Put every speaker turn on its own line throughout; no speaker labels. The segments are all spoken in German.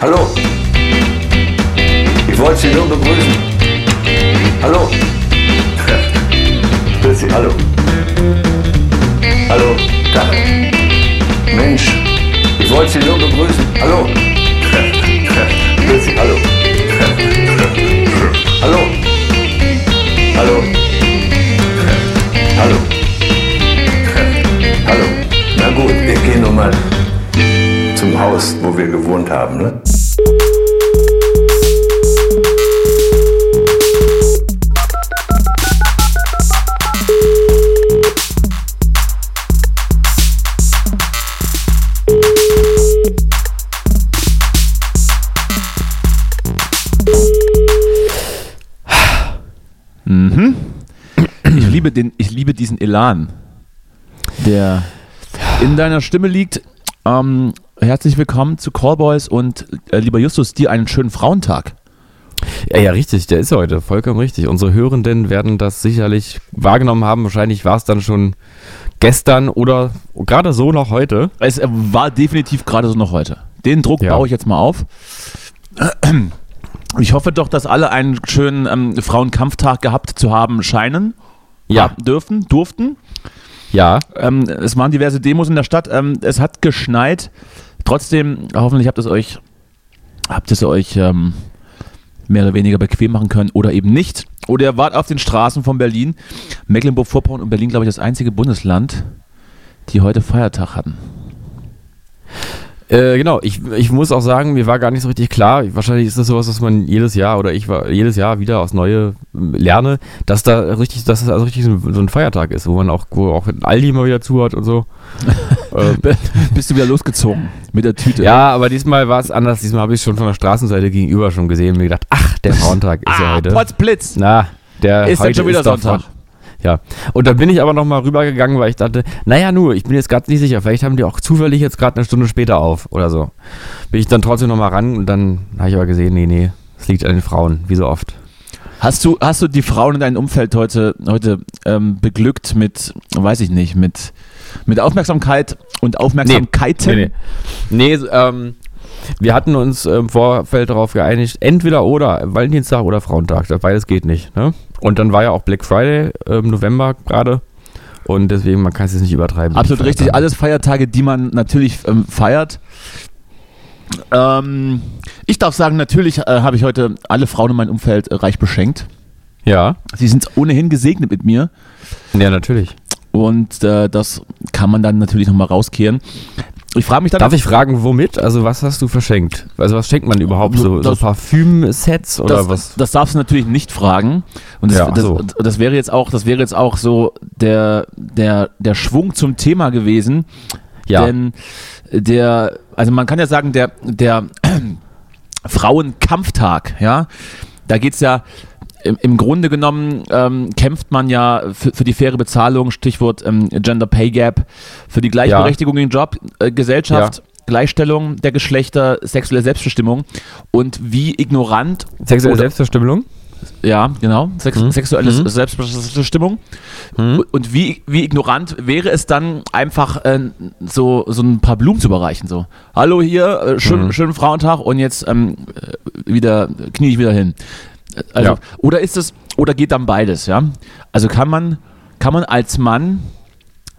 Hallo. Ich wollte Sie nur begrüßen. Hallo. Grüß Sie, hallo. Hallo. Tag. Mensch, ich wollte Sie nur begrüßen. Hallo. Grüß Sie, hallo. Hallo. Hallo. Hallo. Hallo. Na gut, ich gehe nur mal zum Haus, wo wir gewohnt haben. Ne?
Ich liebe, den, ich liebe diesen Elan, der in deiner Stimme liegt. Ähm, herzlich willkommen zu Callboys und äh, lieber Justus, dir einen schönen Frauentag.
Ja, ja, richtig, der ist heute, vollkommen richtig. Unsere Hörenden werden das sicherlich wahrgenommen haben. Wahrscheinlich war es dann schon gestern oder gerade so noch heute.
Es äh, war definitiv gerade so noch heute. Den Druck
Ja.
baue ich jetzt mal auf. Ich hoffe doch, dass alle einen schönen ähm, Frauenkampftag gehabt zu haben scheinen.
Ja.
haben Dürfen, durften.
Ja,
Ähm, es waren diverse Demos in der Stadt. Ähm, es hat geschneit. Trotzdem, hoffentlich habt ihr es euch, habt ihr es euch ähm, mehr oder weniger bequem machen können oder eben nicht. Oder ihr wart auf den Straßen von Berlin. Mecklenburg-Vorpommern und Berlin, glaube ich, das einzige Bundesland, die heute Feiertag hatten.
äh, genau. Ich, ich muss auch sagen, mir war gar nicht so richtig klar. Wahrscheinlich ist das sowas, was man jedes Jahr oder ich war jedes Jahr wieder aufs Neue ähm, lerne, dass da richtig, dass das also richtig so ein, so ein Feiertag ist, wo man auch, wo auch Aldi mal wieder zuhört und so. ähm,
Bist du wieder losgezogen mit der Tüte?
Ja, aber diesmal war es anders. Diesmal habe ich schon von der Straßenseite gegenüber schon gesehen und mir gedacht, ach, der Frauentag ist ja
Ah,
heute.
Potzblitz!
Na, der
Ist
heute
dann schon wieder
ist doch
Sonntag.
Freund- Ja. Und dann bin ich aber nochmal rübergegangen, weil ich dachte, naja, nur, ich bin jetzt gerade nicht sicher. Vielleicht haben die auch zufällig jetzt gerade eine Stunde später auf oder so. Bin ich dann trotzdem nochmal ran und dann habe ich aber gesehen, nee, nee, es liegt an den Frauen, wie so oft.
Hast du, hast du die Frauen in deinem Umfeld heute, heute ähm, beglückt mit, weiß ich nicht, mit, mit Aufmerksamkeit und Aufmerksamkeiten?
Nee, nee. nee ähm, wir hatten uns im Vorfeld darauf geeinigt, entweder oder, Valentinstag oder Frauentag, Das beides geht nicht. Ne? Und dann war ja auch Black Friday äh, im November gerade und deswegen, man kann es jetzt nicht übertreiben.
Absolut richtig.
Feiertage.
Alles Feiertage, die man natürlich ähm, feiert. Ähm, ich darf sagen, natürlich äh, habe ich heute alle Frauen in meinem Umfeld äh, reich beschenkt.
Ja,
Sie sind ohnehin gesegnet mit mir.
ja, natürlich.
Und äh, das kann man dann natürlich nochmal rauskehren. Ich frage mich dann.
Darf ich fragen, womit? Also was hast du verschenkt? Also was schenkt man überhaupt? So, so
Das-
Parfüm-Sets oder
das,
was?
das darfst du natürlich nicht fragen. Und das,
Ja, ach
das,
so.
das wäre jetzt auch, das wäre jetzt auch so der, der, der Schwung zum Thema gewesen. Denn der, also man kann ja sagen, der, der Frauenkampftag, ja, da geht's ja. Im, Im Grunde genommen ähm, kämpft man ja für, für die faire Bezahlung, Stichwort ähm, Gender Pay Gap, für die Gleichberechtigung im Job, äh, Gesellschaft, Gleichstellung der Geschlechter, sexuelle Selbstbestimmung und wie ignorant
sexuelle
oder-
Selbstbestimmung?
ja, genau. Sex Sexuelle
Mhm.
Selbstbestimmung. Und wie, wie ignorant wäre es dann, einfach äh, so, so ein paar Blumen zu überreichen? So, hallo hier, äh, schön, schönen Frauentag und jetzt ähm, äh, wieder knie ich wieder hin. Äh, Also,
Ja.
Oder ist es, oder geht dann beides, ja? Also kann man, kann man als Mann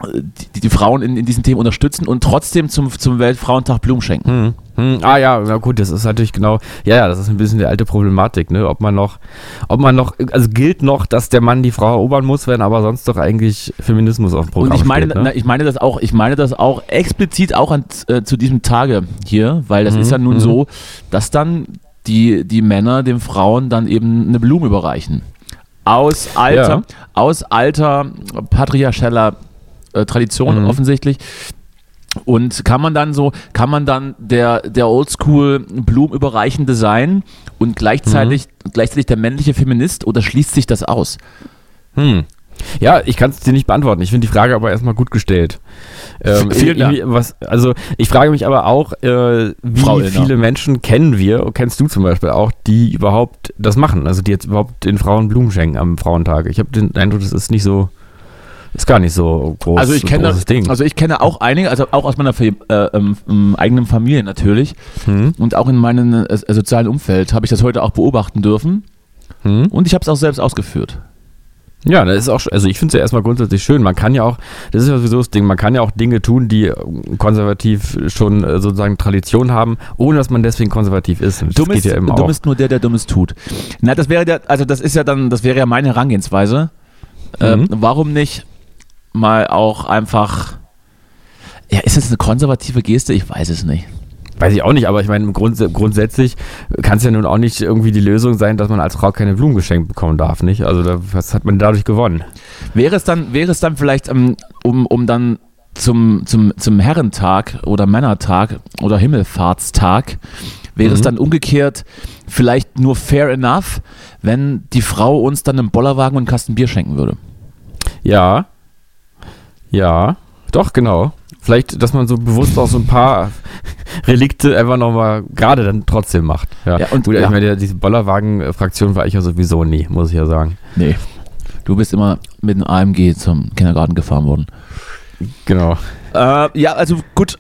äh, die, die Frauen in, in diesen Themen unterstützen und trotzdem zum, zum Weltfrauentag Blumen schenken?
Hm. Hm. Ah ja, na gut, das ist natürlich genau, ja, ja, das ist ein bisschen die alte Problematik, ne? Ob man noch, ob man noch, also gilt noch, dass der Mann die Frau erobern muss, wenn aber sonst doch eigentlich Feminismus auf dem Programm
Und ich meine,
steht, ne?
na, ich meine das auch, ich meine das auch explizit auch an, äh, zu diesem Tage hier, weil
Mhm,
das ist ja nun so, dass dann die, die Männer den Frauen dann eben eine Blume überreichen. Aus alter,
Ja.
aus alter patriarcheller äh, Tradition
Mhm.
offensichtlich. Und kann man dann so, kann man dann der, der oldschool Blumen überreichende sein und gleichzeitig,
Mhm.
gleichzeitig der männliche Feminist oder schließt sich das aus?
Hm. Ja, ich kann es dir nicht beantworten. Ich finde die Frage aber erstmal gut gestellt. Ähm,
Vielen Dank.
irgendwie Was, also ich frage mich aber auch, äh, wie
Frau Illner.
viele Menschen kennen wir, kennst du zum Beispiel auch, die überhaupt das machen, also die jetzt überhaupt den Frauen Blumen schenken am Frauentag. Ich habe den Eindruck, das ist nicht so, Ist gar nicht so groß,
Also ich kenne,
großes Ding.
also ich kenne auch einige, also auch aus meiner Fa- äh, ähm, ähm, eigenen Familie natürlich
Hm?
und auch in meinem äh, sozialen Umfeld habe ich das heute auch beobachten dürfen
Hm?
und ich habe es auch selbst ausgeführt.
Ja, das ist auch, sch- also ich finde es ja erstmal grundsätzlich schön. Man kann ja auch, das ist ja sowieso das Ding, man kann ja auch Dinge tun, die äh, konservativ schon äh, sozusagen Tradition haben, ohne dass man deswegen konservativ ist. Und
Dumm ist,
ja eben
dumm
auch.
ist nur der, der Dummes tut. Na, das wäre der, also das ist ja dann, das wäre ja meine Herangehensweise. Ähm,
Mhm.
warum nicht mal auch einfach, ja, ist es eine konservative Geste? Ich weiß es nicht.
Weiß ich auch nicht, aber ich meine, grunds grundsätzlich kann es ja nun auch nicht irgendwie die Lösung sein, dass man als Frau keine Blumen geschenkt bekommen darf, nicht? Also da, was hat man dadurch gewonnen?
Wäre es dann, wäre es dann vielleicht, ähm, um, um dann zum, zum, zum Herrentag oder Männertag oder Himmelfahrtstag, wäre es
Mhm.
dann umgekehrt vielleicht nur fair enough, wenn die Frau uns dann einen Bollerwagen und einen Kasten Bier schenken würde?
Ja. Ja. Doch, genau. Vielleicht, dass man so bewusst auch so ein paar Relikte einfach nochmal gerade dann trotzdem macht. Ja,
Ja, und-
und Gut,
ja.
ich meine, diese Bollerwagen-Fraktion war ich ja sowieso nie, muss ich ja sagen.
Nee. Du bist immer mit einem AMG zum Kindergarten gefahren worden.
Genau.
Äh, ja, also gut.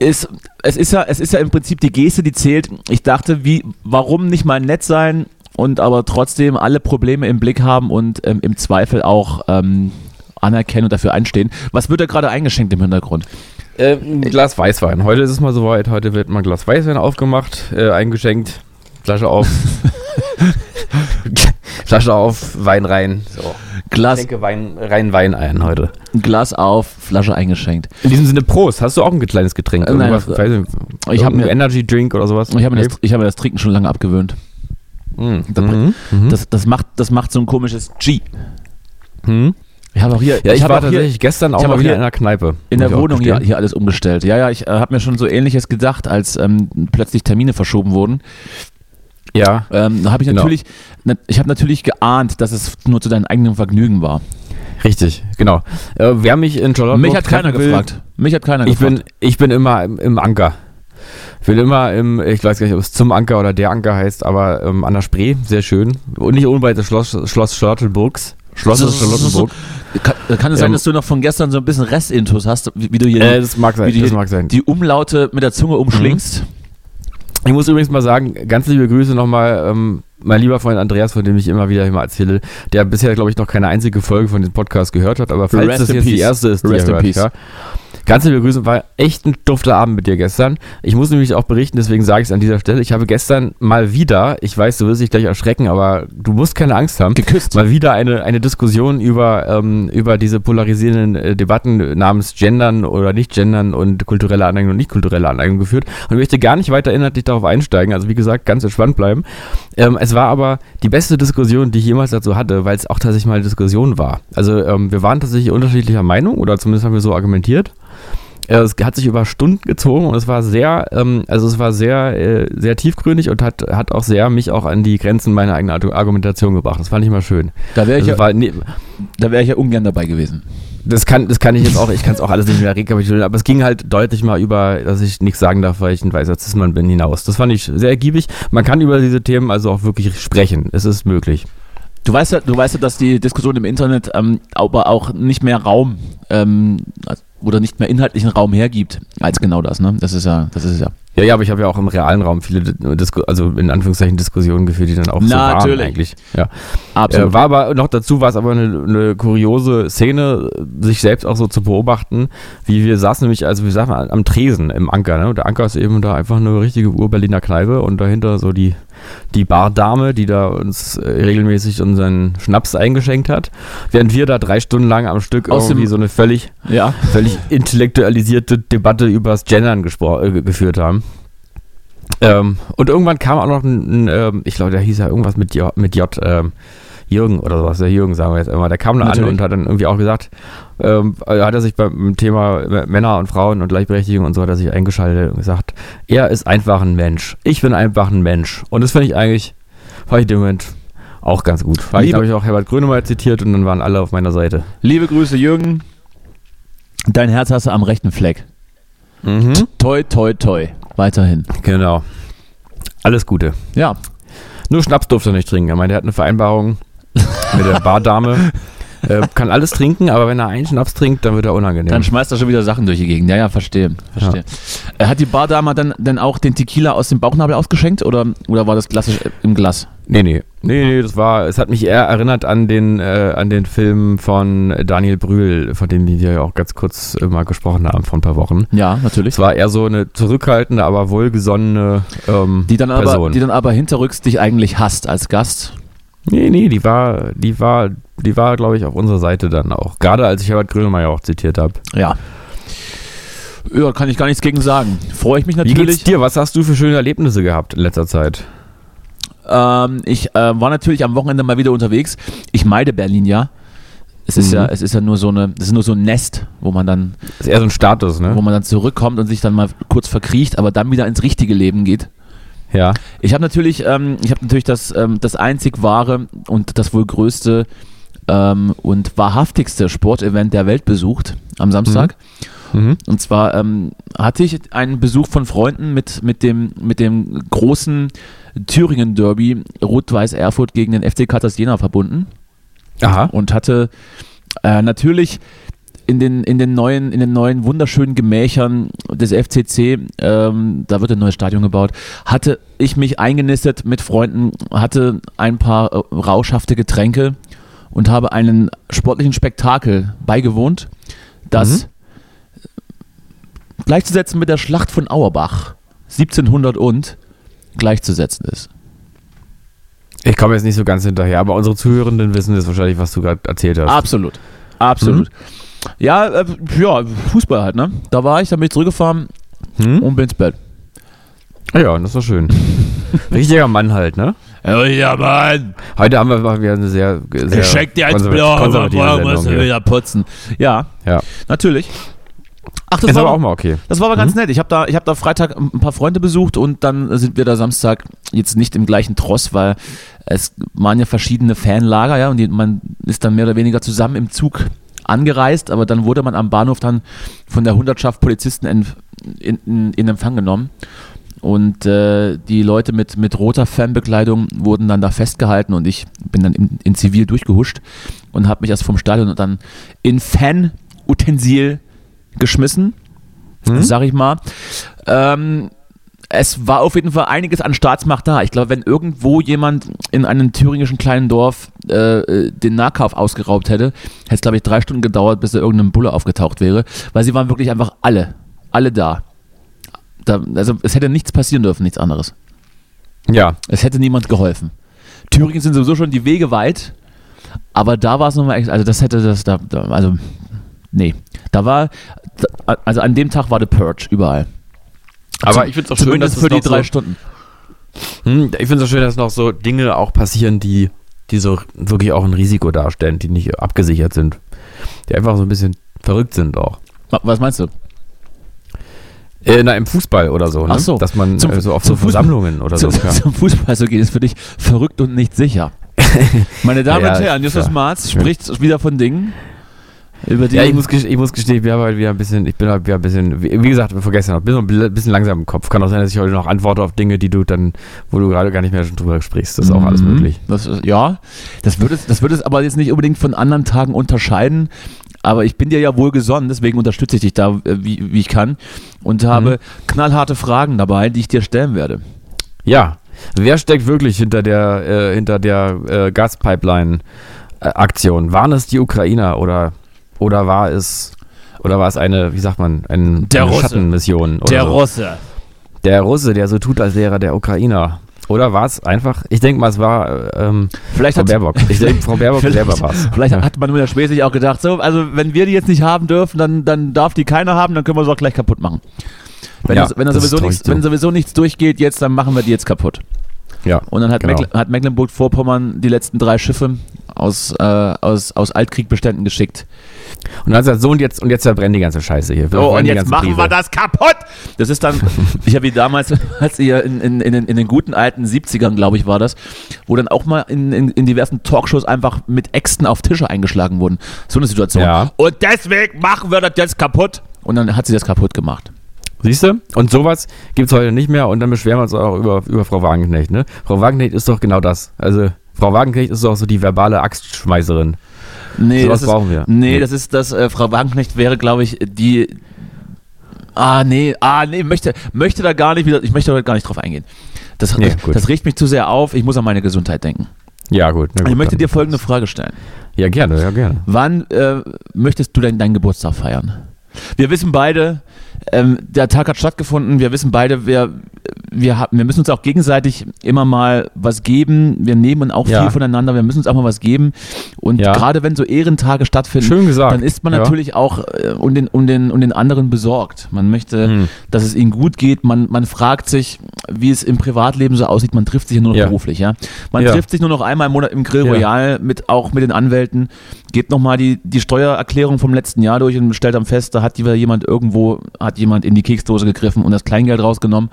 Ist, es, ist ja, es ist ja im Prinzip die Geste, die zählt. Ich dachte, wie, warum nicht mal nett sein und aber trotzdem alle Probleme im Blick haben und ähm, im Zweifel auch ähm, anerkennen und dafür einstehen. Was wird da gerade eingeschenkt im Hintergrund?
Ähm, ein Glas Weißwein. Heute ist es mal soweit. Heute wird mal ein Glas Weißwein aufgemacht, äh, eingeschenkt. Flasche auf. Flasche auf, Wein rein. So. Ich
Glas,
schenke Wein, rein Wein ein heute.
Glas auf, Flasche eingeschenkt.
In diesem Sinne, Prost. Hast du auch ein kleines Getränk?
Äh, nein,
Irgendwas,
das-
weiß nicht,
Ich habe
Irgendein
mir,
Energy Drink oder sowas.
ich hab mir, das- ich hab mir das Trinken schon lange abgewöhnt.
Mhm.
Da-
Mhm. Mhm.
Das, das, macht, das macht so ein komisches G.
Mhm.
Ich habe auch hier,
Ja, ich,
hab
war
auch hier-
tatsächlich gestern auch
hab auch
mal wieder
hier-
in einer Kneipe.
In
muss
der
ich auch
Wohnung hier,
gestehen.
hier alles umgestellt. Ja, ja, ich äh, habe mir schon so Ähnliches gedacht, als ähm, plötzlich Termine verschoben wurden.
Ja.
Ähm, da habe ich
Genau.
natürlich, na, ich habe natürlich geahnt, dass es nur zu deinem eigenen Vergnügen war.
Richtig, genau. Äh, wer mich in Charlotte
Mich hat keiner gefragt. Mich hat keiner
Ich
gefragt.
bin, ich bin immer im, im Anker. Ich bin immer im, ich weiß gar nicht, ob es zum Anker oder der Anker heißt, aber ähm, an der Spree, sehr schön. Und nicht unweit des Schloss, Schloss Charlottenburgs. Schloss
So, so, so, so.
Charlottenburg.
Kann, äh, kann es sein,
Ähm,
dass du noch von gestern so ein bisschen Restintus hast, wie, wie du hier
Äh, das mag
Wie
sein,
die-
das mag sein. Mhm.
die Umlaute mit der Zunge umschlingst?
Ich muss übrigens mal sagen, ganz liebe Grüße nochmal, ähm, mein lieber Freund Andreas, von dem ich immer wieder immer erzähle, der bisher, glaube ich, noch keine einzige Folge von diesem Podcast gehört hat, aber falls
Rest
das
in
jetzt die
peace.
erste ist, die
Rest
er
in
hört,
peace.
ja. Ganz liebe Grüße, war echt ein dufter Abend mit dir gestern. Ich muss nämlich auch berichten, deswegen sage ich es an dieser Stelle. Ich habe gestern mal wieder, ich weiß, du wirst dich gleich erschrecken, aber du musst keine Angst haben.
Geküsst.
Mal wieder eine, eine Diskussion über, ähm, über diese polarisierenden äh, Debatten namens Gendern oder Nicht-Gendern und kulturelle Aneignung und nicht-kulturelle Aneignung geführt und ich möchte gar nicht weiter inhaltlich darauf einsteigen. Also wie gesagt, ganz entspannt bleiben. Ähm, es war aber die beste Diskussion, die ich jemals dazu hatte, weil es auch tatsächlich mal eine Diskussion war. Also ähm, wir waren tatsächlich unterschiedlicher Meinung oder zumindest haben wir so argumentiert. Äh, Es hat sich über Stunden gezogen und es war sehr, ähm, also es war sehr, äh, sehr tiefgründig und hat, hat auch sehr mich auch an die Grenzen meiner eigenen Argu- Argumentation gebracht. Das fand ich mal schön.
Da wäre ich,
Also
ja,
war, nee,
da wär ich ja ungern dabei gewesen.
das kann, das kann ich jetzt auch, ich kann es auch alles nicht mehr rekapitulieren, aber es ging halt deutlich mal über, dass ich nichts sagen darf, weil ich ein weißer Zismann bin, hinaus. Das fand ich sehr ergiebig. Man kann über diese Themen also auch wirklich sprechen. Es ist möglich.
Du weißt ja, du weißt ja, dass die Diskussion im Internet ähm, aber auch nicht mehr Raum ähm, als- oder nicht mehr inhaltlichen Raum hergibt als genau das. Ne? Das ist ja, das ist es ja.
Ja, ja, aber ich habe ja auch im realen Raum viele, Disku also in Anführungszeichen Diskussionen geführt, die dann auch so waren
Natürlich.
eigentlich. Ja.
Absolut.
Äh, war aber noch dazu war es aber eine, eine kuriose Szene, sich selbst auch so zu beobachten, wie wir saßen nämlich, also wir saßen am Tresen im Anker, ne? Und der Anker ist eben da einfach eine richtige Ur-Berliner Kneipe und dahinter so die, die Bardame, die da uns äh, regelmäßig unseren Schnaps eingeschenkt hat, während wir da drei Stunden lang am Stück
Aus dem-
irgendwie so eine völlig,
ja.
völlig intellektualisierte Debatte über das Gendern gespro- äh, ge- geführt haben. Ähm, und irgendwann kam auch noch ein, ein ähm, ich glaube, der hieß ja irgendwas mit J, mit J ähm, Jürgen oder sowas, der Jürgen sagen wir jetzt einmal, der kam da an
Natürlich.
und hat dann irgendwie auch gesagt, ähm, also hat er sich beim Thema äh, Männer und Frauen und Gleichberechtigung und so hat er sich eingeschaltet und gesagt, er ist einfach ein Mensch, ich bin einfach ein Mensch. Und das finde ich eigentlich, war ich dem Moment auch ganz gut. Fand Ich
Liebe-
habe ich auch Herbert Grönemeyer zitiert und dann waren alle auf meiner Seite.
Liebe Grüße, Jürgen. Dein Herz hast du am rechten Fleck.
Mhm.
Toi, toi, toi. Weiterhin.
Genau. Alles Gute.
Ja.
Nur Schnaps durfte er nicht trinken. Ich meine, er hat eine Vereinbarung mit der Bardame. äh, kann alles trinken, aber wenn er einen Schnaps trinkt, dann wird er unangenehm.
Dann schmeißt er schon wieder Sachen durch die Gegend. Ja, ja, verstehe. verstehe. Äh, Hat die Bardame dann, dann auch den Tequila aus dem Bauchnabel ausgeschenkt oder, oder war das klassisch äh, im Glas?
nee, nee. Nee, nee, das war, es hat mich eher erinnert an den, äh, an den Film von Daniel Brühl, von dem wir ja auch ganz kurz äh, mal gesprochen haben vor ein paar Wochen.
Ja, natürlich.
Es war eher so eine zurückhaltende, aber wohlgesonnene ähm,
Die dann, aber,
Person.
die dann aber hinterrücks dich eigentlich hasst als Gast.
nee, nee, die war, die war, die war, glaube ich, auf unserer Seite dann auch. Gerade als ich Herbert Grönemeyer auch zitiert habe.
Ja. Ja, kann ich gar nichts gegen sagen. Freue ich mich
Wie geht's
natürlich.
dir? Was hast du für schöne Erlebnisse gehabt in letzter Zeit?
Ähm, ich äh, war natürlich am Wochenende mal wieder unterwegs. Ich meide Berlin ja. Es ist
Mhm.
ja, es ist ja nur so eine, es ist nur so ein Nest, wo man dann,
Ist eher so ein Status,
wo
ne?
man dann zurückkommt und sich dann mal kurz verkriecht, aber dann wieder ins richtige Leben geht.
Ja.
Ich habe natürlich, ähm, ich habe natürlich das, ähm, das einzig wahre und das wohl größte ähm, und wahrhaftigste Sportevent der Welt besucht am Samstag.
Mhm.
Und zwar ähm, hatte ich einen Besuch von Freunden mit, mit, dem, mit dem großen Thüringen-Derby Rot-Weiß Erfurt gegen den FC Katas Jena verbunden
Aha.
und hatte äh, natürlich in den, in, den neuen, in den neuen wunderschönen Gemächern des FCC, ähm, da wird ein neues Stadion gebaut, hatte ich mich eingenistet mit Freunden, hatte ein paar äh, rauschhafte Getränke und habe einen sportlichen Spektakel beigewohnt, das gleichzusetzen mit der Schlacht von Auerbach 1700 und gleichzusetzen ist.
Ich komme jetzt nicht so ganz hinterher, aber unsere Zuhörenden wissen jetzt wahrscheinlich, was du gerade erzählt hast.
Absolut. Absolut. Ja, äh, ja, Fußball halt, ne? Da war ich, dann bin ich zurückgefahren
Hm?
und bin ins Bett.
Ja, das war schön. Richtiger Mann halt, ne?
Ja, Mann,
Heute haben wir mal wieder eine sehr, sehr konservat- konservative Sendung hier.
wieder putzen. Ja,
Ja,
natürlich. Ach, das
ist
war,
aber auch mal okay.
das war aber ganz nett. Ich habe da, ich hab da Freitag ein paar Freunde besucht und dann sind wir da Samstag jetzt nicht im gleichen Tross, weil es waren ja verschiedene Fanlager, ja, und die, man ist dann mehr oder weniger zusammen im Zug angereist, aber dann wurde man am Bahnhof dann von der Hundertschaft Polizisten in, in, in, in Empfang genommen. Und äh, die Leute mit, mit roter Fanbekleidung wurden dann da festgehalten und ich bin dann in, in Zivil durchgehuscht und habe mich erst vom Stadion und dann in Fan-Utensil geschmissen, sag ich mal. Ähm, es war auf jeden Fall einiges an Staatsmacht da. Ich glaube, wenn irgendwo jemand in einem thüringischen kleinen Dorf äh, äh, den Nahkauf ausgeraubt hätte, hätte es, glaube ich, drei Stunden gedauert, bis da irgendein Bulle aufgetaucht wäre, weil sie waren wirklich einfach alle, alle da. da also es hätte nichts passieren dürfen, nichts anderes.
Ja,
Es hätte niemand geholfen. Thüringen sind sowieso schon die Wege weit, aber da war es nochmal echt, also das hätte das, da, da also, nee. Da war, da, also an dem Tag war The Purge überall.
aber Also, ich finde es auch schön, dass
Zumindest
es
für die
noch
drei
so,
Stunden.
hm, ich finde es auch schön, dass noch so Dinge auch passieren, die, die so wirklich auch ein Risiko darstellen, die nicht abgesichert sind, die einfach so ein bisschen verrückt sind auch.
Ma- Was meinst du?
Äh, na, im Fußball oder so, ne?
Ach so.
Dass man
Zum-
äh, so auf
zum
so
Fußball-
Versammlungen oder
Zum,
so kam.
zum Fußball zu gehen ist für dich verrückt und nicht sicher. Meine Damen
Ja,
und Herren, Justus
ja.
Marz spricht wieder von Dingen, über die
Ja, ich muss, gest- ich muss gestehen, wir haben halt wieder ein bisschen, ich bin halt wieder ein bisschen, wie wie gesagt, vergessen noch, bin so ein bl- bisschen langsam im Kopf. Kann auch sein, dass ich heute noch antworte auf Dinge, die du dann, wo du gerade gar nicht mehr schon drüber sprichst. Das ist auch alles
Mhm.
möglich.
Das, ist- ja, das würde es, das würde es aber jetzt nicht unbedingt von anderen Tagen unterscheiden. Aber ich bin dir ja wohl gesonnen, deswegen unterstütze ich dich da, äh, wie, wie ich kann. Und
Mhm.
habe knallharte Fragen dabei, die ich dir stellen werde.
Ja. Wer steckt wirklich hinter der, äh, hinter der äh, Gaspipeline-Aktion? Waren es die Ukrainer oder, oder war es, oder war es eine, wie sagt man, ein,
Der
eine
Russe.
Schattenmission? Oder so?
Russe.
der Russe, der so tut, als wäre er der Ukrainer. Oder war es einfach, ich denke mal, es war äh, ähm,
Vielleicht
Frau
hat,
Baerbock. Ich denke, Frau Baerbock selber war es.
vielleicht hat man mit der Schwesig auch gedacht, so, also wenn wir die jetzt nicht haben dürfen, dann, dann darf die keiner haben, dann können wir sie auch gleich kaputt machen. Wenn,
Ja,
das, wenn, da
das
sowieso
traue ich
nichts,
zu.
wenn sowieso nichts durchgeht jetzt, dann machen wir die jetzt kaputt.
Ja.
Und dann hat,
Genau.
Mecklen, hat Mecklenburg-Vorpommern die letzten drei Schiffe aus, äh, aus, aus Altkriegbeständen geschickt.
Und dann sagt so und jetzt und jetzt verbrennen die ganze Scheiße hier.
So,
Verbrennen
und
die
jetzt
ganzen
machen
Briefe.
wir das kaputt! Das ist dann, ich habe wie damals, als ihr in, in, in, den- in den guten alten 70ern, glaube ich, war das, wo dann auch mal in, in, in diversen Talkshows einfach mit Äxten auf Tische eingeschlagen wurden. So eine Situation.
Ja.
Und deswegen machen wir das jetzt kaputt! Und dann hat sie das kaputt gemacht.
Siehst du? Und sowas gibt's heute nicht mehr und dann beschweren wir uns auch über, über Frau Wagenknecht, ne? Frau Wagenknecht ist doch genau das. Also Frau Wagenknecht ist doch so die verbale Axtschmeißerin.
Nee,
Sowas
das ist,
brauchen wir.
Nee, das ist das, äh, Frau Wagenknecht wäre, glaube ich, die. Ah, nee, ah, nee, möchte, möchte da gar nicht wieder, ich möchte da gar nicht drauf eingehen. Das,
Nee,
das,
gut.
das regt mich zu sehr auf, ich muss an meine Gesundheit denken.
Ja, gut. na gut
Ich möchte
dann-
dir folgende Frage stellen.
Ja, gerne, ja, gerne.
Wann äh, möchtest du denn deinen Geburtstag feiern? Wir wissen beide, ähm, der Tag hat stattgefunden. Wir wissen beide, wir, wir, haben- wir müssen uns auch gegenseitig immer mal was geben. Wir nehmen auch
Ja.
viel voneinander. Wir müssen uns auch mal was geben. Und
Ja.
gerade wenn so Ehrentage stattfinden,
Schön gesagt.
dann ist man
Ja.
natürlich auch äh, um, den, um, den, um den anderen besorgt. Man möchte,
Mhm.
dass es ihnen gut geht. Man, man fragt sich, wie es im Privatleben so aussieht. Man trifft sich ja nur noch
Ja.
beruflich. Ja? Man
Ja.
trifft sich nur noch einmal im Monat im Grill
Ja.
Royal, mit, auch mit den Anwälten. Geht nochmal die, die Steuererklärung vom letzten Jahr durch und stellt dann fest, da hat wieder jemand irgendwo, hat jemand in die Keksdose gegriffen und das Kleingeld rausgenommen.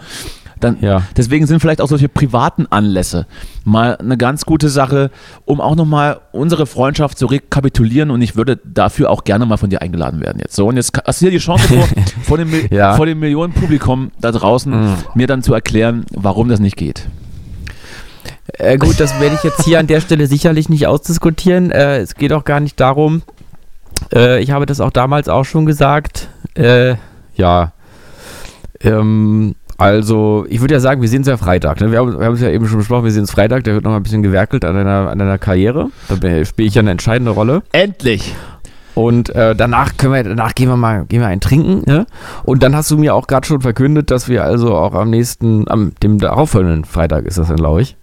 Dann,
Ja.
Deswegen sind vielleicht auch solche privaten Anlässe mal eine ganz gute Sache, um auch nochmal unsere Freundschaft zu rekapitulieren. Und ich würde dafür auch gerne mal von dir eingeladen werden jetzt. So, und jetzt hast du hier die Chance vor, vor, dem, Mil-
Ja. Mhm.
vor dem Millionenpublikum da draußen mir dann zu erklären, warum das nicht geht.
Äh, gut, das werde ich jetzt hier an der Stelle sicherlich nicht ausdiskutieren. Äh, es geht auch gar nicht darum. Äh, ich habe das auch damals auch schon gesagt. Äh, ja. Ähm, also, ich würde ja sagen, wir sehen uns ja Freitag. Ne? Wir haben wir haben es ja eben schon besprochen, wir sehen uns Freitag. Da wird noch mal ein bisschen gewerkelt an deiner, an deiner Karriere. Da bin- spiele ich ja eine entscheidende Rolle.
Endlich!
Und äh, danach können wir, danach gehen wir mal, gehen wir einen trinken. Ne? Und dann hast du mir auch gerade schon verkündet, dass wir also auch am nächsten, am dem darauffolgenden Freitag ist das dann, glaube ich,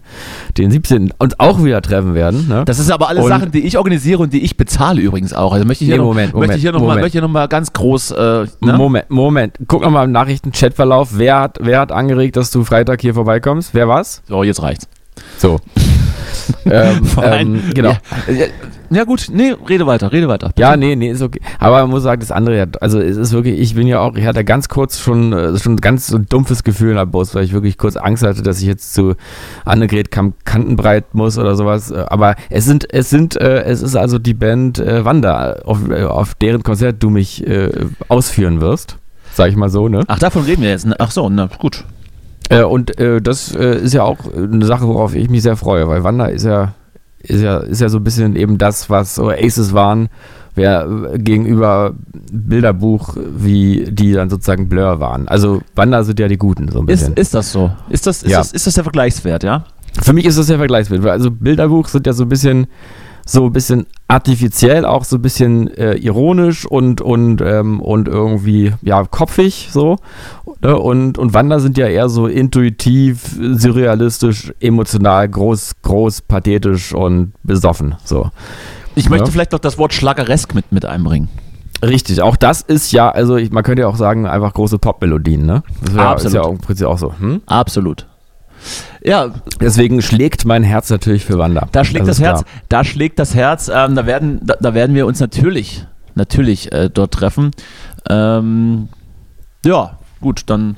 den 17. uns auch wieder treffen werden. Ne?
Das ist aber alles
Und-
Sachen, die ich organisiere und die ich bezahle übrigens auch. Also möchte ich hier,
Nee,
noch,
Moment,
möchte ich hier
Moment,
noch mal,
Moment.
möchte ich hier noch mal ganz groß. Äh, ne?
Moment, Moment. Guck nochmal im Nachrichten-Chatverlauf. Wer hat, wer hat angeregt, dass du Freitag hier vorbeikommst? Wer war's?
So, jetzt reicht's.
So. ähm,
Vor allem-
ähm, genau.
Ja, ja gut, nee, rede weiter, rede weiter.
Ja, nee, nee, ist okay. Aber man muss sagen, das andere, ja, also es ist wirklich, ich bin ja auch, ich hatte ganz kurz schon, äh, schon ganz so ein dumpfes Gefühl am Bus, weil ich wirklich kurz Angst hatte, dass ich jetzt zu Annegret Kamp Kantenbreit muss oder sowas. Äh, Aber es sind, es sind, äh, es ist also die Band äh, Wanda, auf, äh, auf deren Konzert du mich äh, ausführen wirst. Sag ich mal so, ne?
Ach, davon reden wir jetzt. ne? Ach so, na gut.
Äh, und äh, das äh, ist ja auch eine Sache, worauf ich mich sehr freue, weil Wanda ist ja, ist ja, ist ja so ein bisschen eben das, was Oasis waren, wer äh, gegenüber Bilderbuch, wie die dann sozusagen Blur waren. Also Wanda sind ja die Guten, so ein
Ist,
bisschen.
ist das so? Ist das, ist,
Ja.
das, ist das der Vergleichswert, ja?
Für mich ist das ja vergleichswert, weil also Bilderbuch sind ja so ein bisschen so ein bisschen artifiziell, auch so ein bisschen äh, ironisch und und ähm, und irgendwie ja kopfig so. Ne? Und und Wanda sind ja eher so intuitiv, surrealistisch, emotional, groß, groß, pathetisch und besoffen so.
Ich möchte
Ja.
vielleicht noch das Wort Schlageresk mit, mit einbringen.
Richtig, auch das ist ja, also ich, man könnte ja auch sagen, einfach große Popmelodien, ne? Das wär, ist
Absolut.
ja auch im Prinzip auch so. Hm?
Absolut. Ja,
Deswegen schlägt mein Herz natürlich für Wanda.
da schlägt das,
ist
Herz.
klar.
Da schlägt das Herz. Ähm, da, werden, da, da werden wir uns natürlich, natürlich äh, dort treffen. Ähm, ja, gut, dann,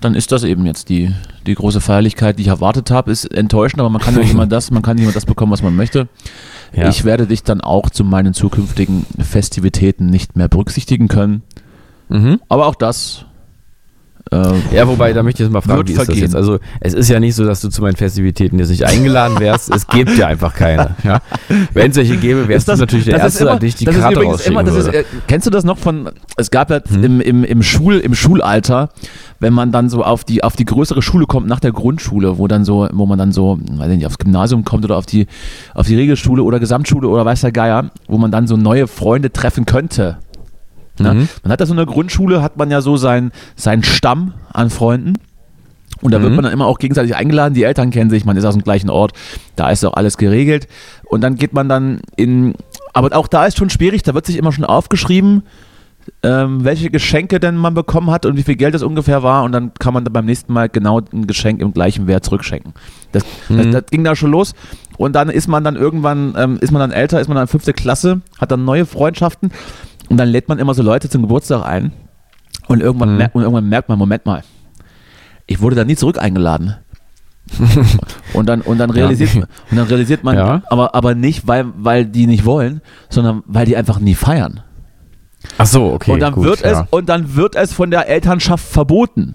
dann ist das eben jetzt die, die große Feierlichkeit, die ich erwartet habe. Ist enttäuschend, aber man kann ja nicht immer das, man kann nicht immer das bekommen, was man möchte.
Ja.
Ich werde dich dann auch zu meinen zukünftigen Festivitäten nicht mehr berücksichtigen können.
mhm.
Aber auch das. Äh,
Ja, wobei, da möchte ich jetzt mal fragen,
Wird
wie ist das
vergehen.
jetzt? Also, es ist ja nicht so, dass du zu meinen Festivitäten jetzt nicht eingeladen wärst. es gibt ja einfach keine. Ja? Wenn es welche gäbe, wärst du natürlich der
das ist
Erste,
immer-
an dich die
das ist
Karte
übrigens
rausschicken
immer, das ist,
würde. Hm.
äh, Kennst du das noch von, es gab ja im, im, im, Schul, im Schulalter, wenn man dann so auf die, auf die größere Schule kommt, nach der Grundschule, wo dann so, wo man dann so, weiß ich nicht, aufs Gymnasium kommt oder auf die, auf die Regelschule oder Gesamtschule oder weiß der Geier, wo man dann so neue Freunde treffen könnte. Ne?
Mhm.
Man hat das in der Grundschule, hat man ja so seinen seinen Stamm an Freunden. Und da wird
Mhm.
man dann immer auch gegenseitig eingeladen. Die Eltern kennen sich, man ist aus dem gleichen Ort, da ist auch alles geregelt. Und dann geht man dann in. Aber auch da ist schon schwierig, da wird sich immer schon aufgeschrieben, ähm, welche Geschenke denn man bekommen hat und wie viel Geld das ungefähr war. Und dann kann man dann beim nächsten Mal genau ein Geschenk im gleichen Wert zurückschenken. Das,
Mhm.
das, das ging da schon los. Und dann ist man dann irgendwann, ähm, ist man dann älter, ist man dann fünfte Klasse, hat dann neue Freundschaften. Und dann lädt man immer so Leute zum Geburtstag ein. Und irgendwann,
Mhm.
merkt, und irgendwann merkt man, Moment mal, ich wurde da nie zurück eingeladen. und dann, und dann, realisiert,
Ja.
und dann realisiert man,
Ja.
aber, aber nicht, weil, weil die nicht wollen, sondern weil die einfach nie feiern.
Ach so, okay.
und, dann
gut,
wird
ja.
es, und dann wird es von der Elternschaft verboten,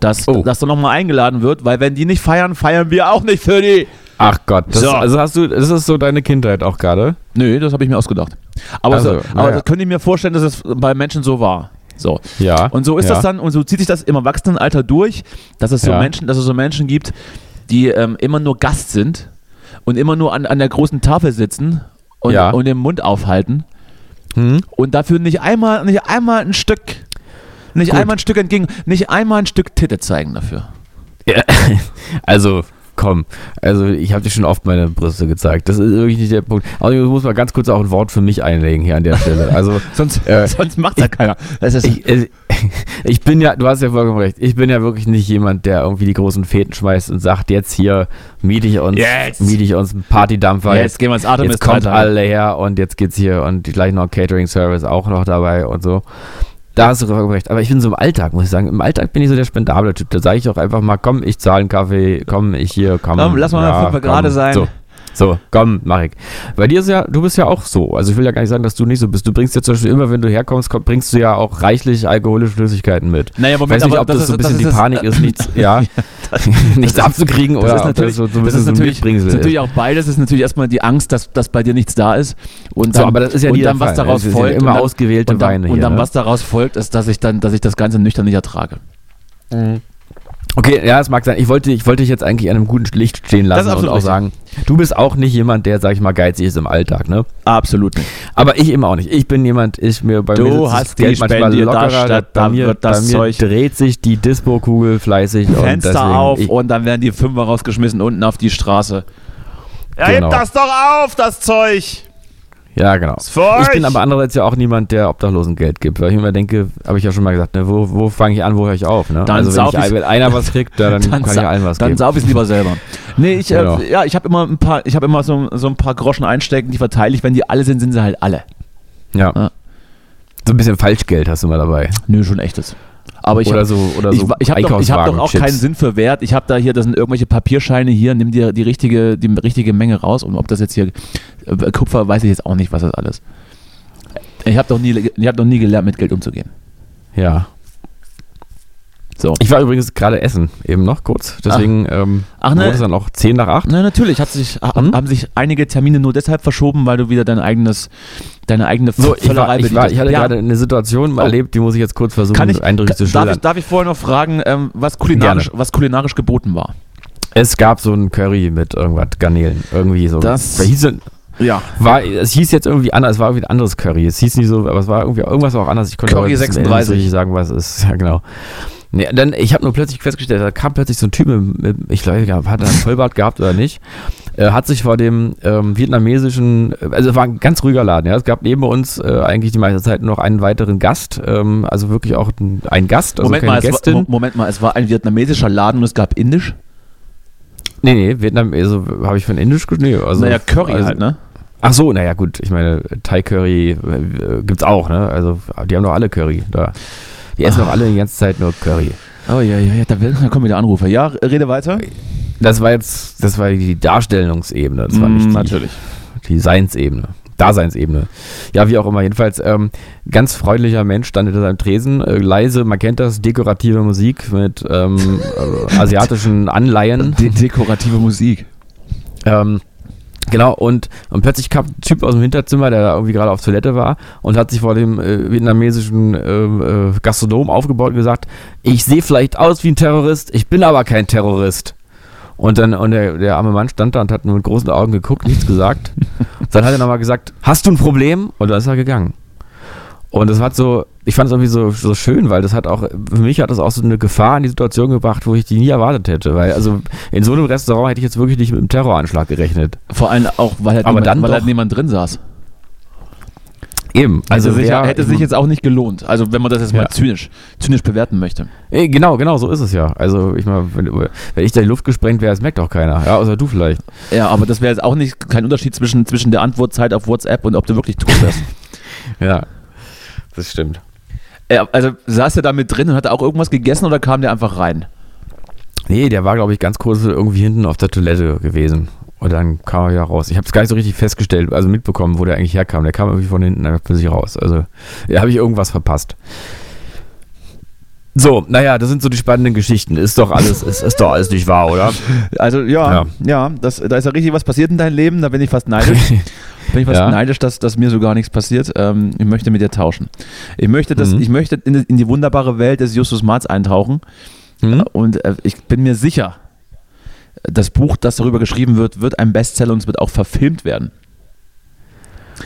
dass,
Oh.
dass da nochmal eingeladen wird, weil wenn die nicht feiern, feiern wir auch nicht für die.
Ach Gott, das,
So.
also hast du, das ist so deine Kindheit auch gerade.
Nö, das habe ich mir ausgedacht. Aber,
Also,
so, aber
ja.
das könnte ich mir vorstellen, dass es bei Menschen so war. So.
Ja.
Und so ist
ja.
das dann, und so zieht sich das im Erwachsenenalter durch, dass es so
Ja.
Menschen, dass es so Menschen gibt, die ähm, immer nur Gast sind und immer nur an, an der großen Tafel sitzen und,
Ja.
und den Mund aufhalten
Hm?
und dafür nicht einmal, nicht einmal ein Stück, nicht
Gut.
einmal ein Stück entgegen, nicht einmal ein Stück Titte zeigen dafür.
Ja. Also, komm. Also, ich habe dir schon oft meine Brüste gezeigt. Das ist wirklich nicht der Punkt. Außerdem muss man ganz kurz auch ein Wort für mich einlegen hier an der Stelle. Also,
Sonst,
Äh,
sonst macht ja keiner. Das ist,
ich, äh, ich bin ja, du hast ja vollkommen recht, ich bin ja wirklich nicht jemand, der irgendwie die großen Fäden schmeißt und sagt, jetzt hier miete ich uns,
Jetzt.
miete ich uns einen Partydampfer,
Ja, jetzt gehen wir ins Artemis
jetzt kommt
Theater.
alle her und jetzt geht's hier und gleich noch Catering Service auch noch dabei und so. Da hast du vollkommen recht. Aber ich bin so im Alltag, muss ich sagen. Im Alltag bin ich so der spendable Typ. Da sage ich auch einfach mal, komm, ich zahle einen Kaffee, komm, ich hier, komm.
Komm, lass mal fünf Mal
komm.
gerade sein.
So. So, komm, mach ich. Bei dir ist ja, du bist ja auch so. Also ich will ja gar nicht sagen, dass du nicht so bist. Du bringst ja zum Beispiel immer, wenn du herkommst, komm- bringst du ja auch reichlich alkoholische Flüssigkeiten mit.
Naja,
Ich
Moment,
weiß nicht,
aber
ob das, so ein bisschen die
das-
Panik ist, nichts, ja, nichts abzukriegen
Das
oder
ist
ob
natürlich,
so, so
das
ein bisschen
ist
so ein
natürlich, das
Mitbringsel
ist natürlich auch beides. Das ist natürlich erstmal die Angst, dass, dass bei dir nichts da ist. Und
So,
dann,
aber das ist ja nie
und
der
dann was
Fall.
daraus
Es sind ja
folgt.
immer
und dann,
ausgewählte
und dann,
Weine
Und
hier,
dann
ne?
was daraus folgt, ist, dass ich dann, dass ich das Ganze nüchtern nicht ertrage.
Mhm. Okay, ja, es mag sein. Ich wollte, ich wollte dich jetzt eigentlich an einem guten Licht stehen
Das ist
lassen und
absolut
auch
richtig.
sagen, du bist auch nicht jemand, der, sag ich mal, geizig ist im Alltag, ne?
Absolut nicht.
Aber ich eben auch nicht. Ich bin jemand, ich mir bei
Du
mir sitzt das
hast die Spendie, da statt,
bei
da
mir,
wird das
bei mir
Zeug-
dreht sich die Dispo-Kugel fleißig und
Fenster
deswegen
auf
ich,
und dann werden die Fünfer rausgeschmissen unten auf die Straße. Ja,
Genau.
hebt das doch auf, das Zeug!
ja genau.
für
Ich
euch.
bin aber andererseits ja auch niemand, der Obdachlosen Geld gibt, weil ich mir immer denke, habe ich ja schon mal gesagt, ne, wo, wo fange ich an, wo höre ich auf? Ne?
Dann
also wenn,
sauf
ich,
ich-
wenn einer was kriegt, ja, dann, kann ich
sa-
allen was
dann
geben.
sauf ich es lieber selber. Nee, ich,
Genau.
äh, ja, ich habe immer ein paar, ich habe immer so, so ein paar Groschen einstecken, die verteile ich. Wenn die alle sind, sind sie halt alle.
Ja.
Ja.
So ein bisschen Falschgeld hast du immer dabei.
Nö, schon echtes. Aber ich
oder
hab-
so, oder
ich,
so
wa- ich habe doch, ich hab doch auch
Einkaufswagen-Chips.
keinen Sinn für Wert. Ich habe da hier, das sind irgendwelche Papierscheine hier, nimm dir die richtige, die richtige Menge raus. Und ob das jetzt hier äh, Kupfer, weiß ich jetzt auch nicht, was das alles. Ich habe doch nie, ich habe noch nie gelernt, mit Geld umzugehen.
Ja.
So.
Ich war übrigens gerade essen, eben noch kurz. Deswegen ähm,
Ach, ne. Hm.
wurde es dann auch 10 nach 8.
Na natürlich, hat sich, ha-
Hm?
haben sich einige Termine nur deshalb verschoben, weil du wieder dein eigenes, deine eigene
So, ich, war, ich, war,
bedient
ich hatte
hast. Ja.
gerade eine Situation mal
Oh.
erlebt, die muss ich jetzt kurz versuchen,
kann ich,
eindrücklich zu
darf, ich,
schildern.
darf ich vorher noch fragen, ähm, was, kulinarisch, was kulinarisch geboten war?
Es gab so ein Curry mit irgendwas, Garnelen, irgendwie so.
Das-
Wer hieß denn,
Ja.
war, es hieß jetzt irgendwie anders, es war irgendwie ein anderes Curry. Es hieß nicht so, aber es war irgendwie irgendwas war auch anders. Ich konnte
Curry
aber jetzt
36.
nicht richtig sagen, was es ist. Ja, genau. Nee, dann, ich habe nur plötzlich festgestellt, da kam plötzlich so ein Typ, mit, mit, ich glaube, ja, hat er einen Vollbart gehabt oder nicht, äh, hat sich vor dem ähm, vietnamesischen, also es war ein ganz ruhiger Laden, ja. Es gab neben uns äh, eigentlich die meiste Zeit noch einen weiteren Gast, ähm, also wirklich auch ein, ein Gast, also
Moment,
keine
mal, es war,
Gästin.
Mo- Moment mal, es war ein vietnamesischer Laden und es gab Indisch?
Nee, nee, Vietnam, also habe ich von Indisch ge- nee, also
naja, Curry
also,
halt, ne?
Ach so, naja, gut. Ich meine, Thai Curry äh, gibt's auch, ne? Also, die haben doch alle Curry da. Die essen doch alle die ganze Zeit nur Curry.
Oh ja, ja, ja, da, will- da kommen wieder Anrufe. Ja, rede weiter.
Das war jetzt, das war die Darstellungsebene. Das war
Mm,
nicht
natürlich.
die, die Seinsebene. Daseinsebene. Ja, wie auch immer. Jedenfalls, ähm, ganz freundlicher Mensch stand hinter seinem Tresen. Äh, leise, man kennt das, dekorative Musik mit ähm, äh, asiatischen Anleihen.
De dekorative Musik.
Ähm, genau, und, und plötzlich kam ein Typ aus dem Hinterzimmer, der da irgendwie gerade auf Toilette war und hat sich vor dem äh, vietnamesischen ähm, äh, Gastronom aufgebaut und gesagt, ich sehe vielleicht aus wie ein Terrorist, ich bin aber kein Terrorist. Und dann, und der, der arme Mann stand da und hat nur mit großen Augen geguckt, nichts gesagt. dann hat er nochmal gesagt, hast du ein Problem? Und dann ist er gegangen. Und das hat so, ich fand es irgendwie so, so schön, weil das hat auch, für mich hat das auch so eine Gefahr in die Situation gebracht, wo ich die nie erwartet hätte. Weil, also, in so einem Restaurant hätte ich jetzt wirklich nicht mit einem Terroranschlag gerechnet.
Vor allem auch, weil halt,
Aber
niemand,
dann
weil
doch-
halt niemand drin saß.
Eben, also
hätte, sich,
wer,
hätte sich jetzt auch nicht gelohnt. Also wenn man das jetzt
Ja.
mal zynisch, zynisch bewerten möchte.
Ey, genau, genau, so ist es ja. Also ich meine, wenn, wenn ich da in die Luft gesprengt wäre, das merkt auch keiner. Ja, außer du vielleicht.
Ja, aber das wäre jetzt auch nicht kein Unterschied zwischen, zwischen der Antwortzeit auf WhatsApp und ob du wirklich tot wärst.
Ja, das stimmt.
Äh, also saß der da mit drin und hat er auch irgendwas gegessen oder kam der einfach rein?
Nee, der war, glaube ich, ganz kurz irgendwie hinten auf der Toilette gewesen. Und dann kam er wieder raus. Ich habe es gar nicht so richtig festgestellt, also mitbekommen, wo der eigentlich herkam. Der kam irgendwie von hinten einfach plötzlich raus. Also, ja, habe ich irgendwas verpasst. So, naja, das sind so die spannenden Geschichten. Ist doch alles, ist, ist doch alles nicht wahr, oder?
Also ja, ja,
Ja.
das, da ist ja richtig was passiert in deinem Leben, da bin ich fast neidisch. bin ich fast
Ja.
neidisch, dass, dass mir so gar nichts passiert. Ähm, ich möchte mit dir tauschen. Ich möchte, das,
Mhm.
ich möchte in, in die wunderbare Welt des Justus Marz eintauchen
Hm?
und äh, ich bin mir sicher, das Buch, das darüber geschrieben wird, wird ein Bestseller und es wird auch verfilmt werden.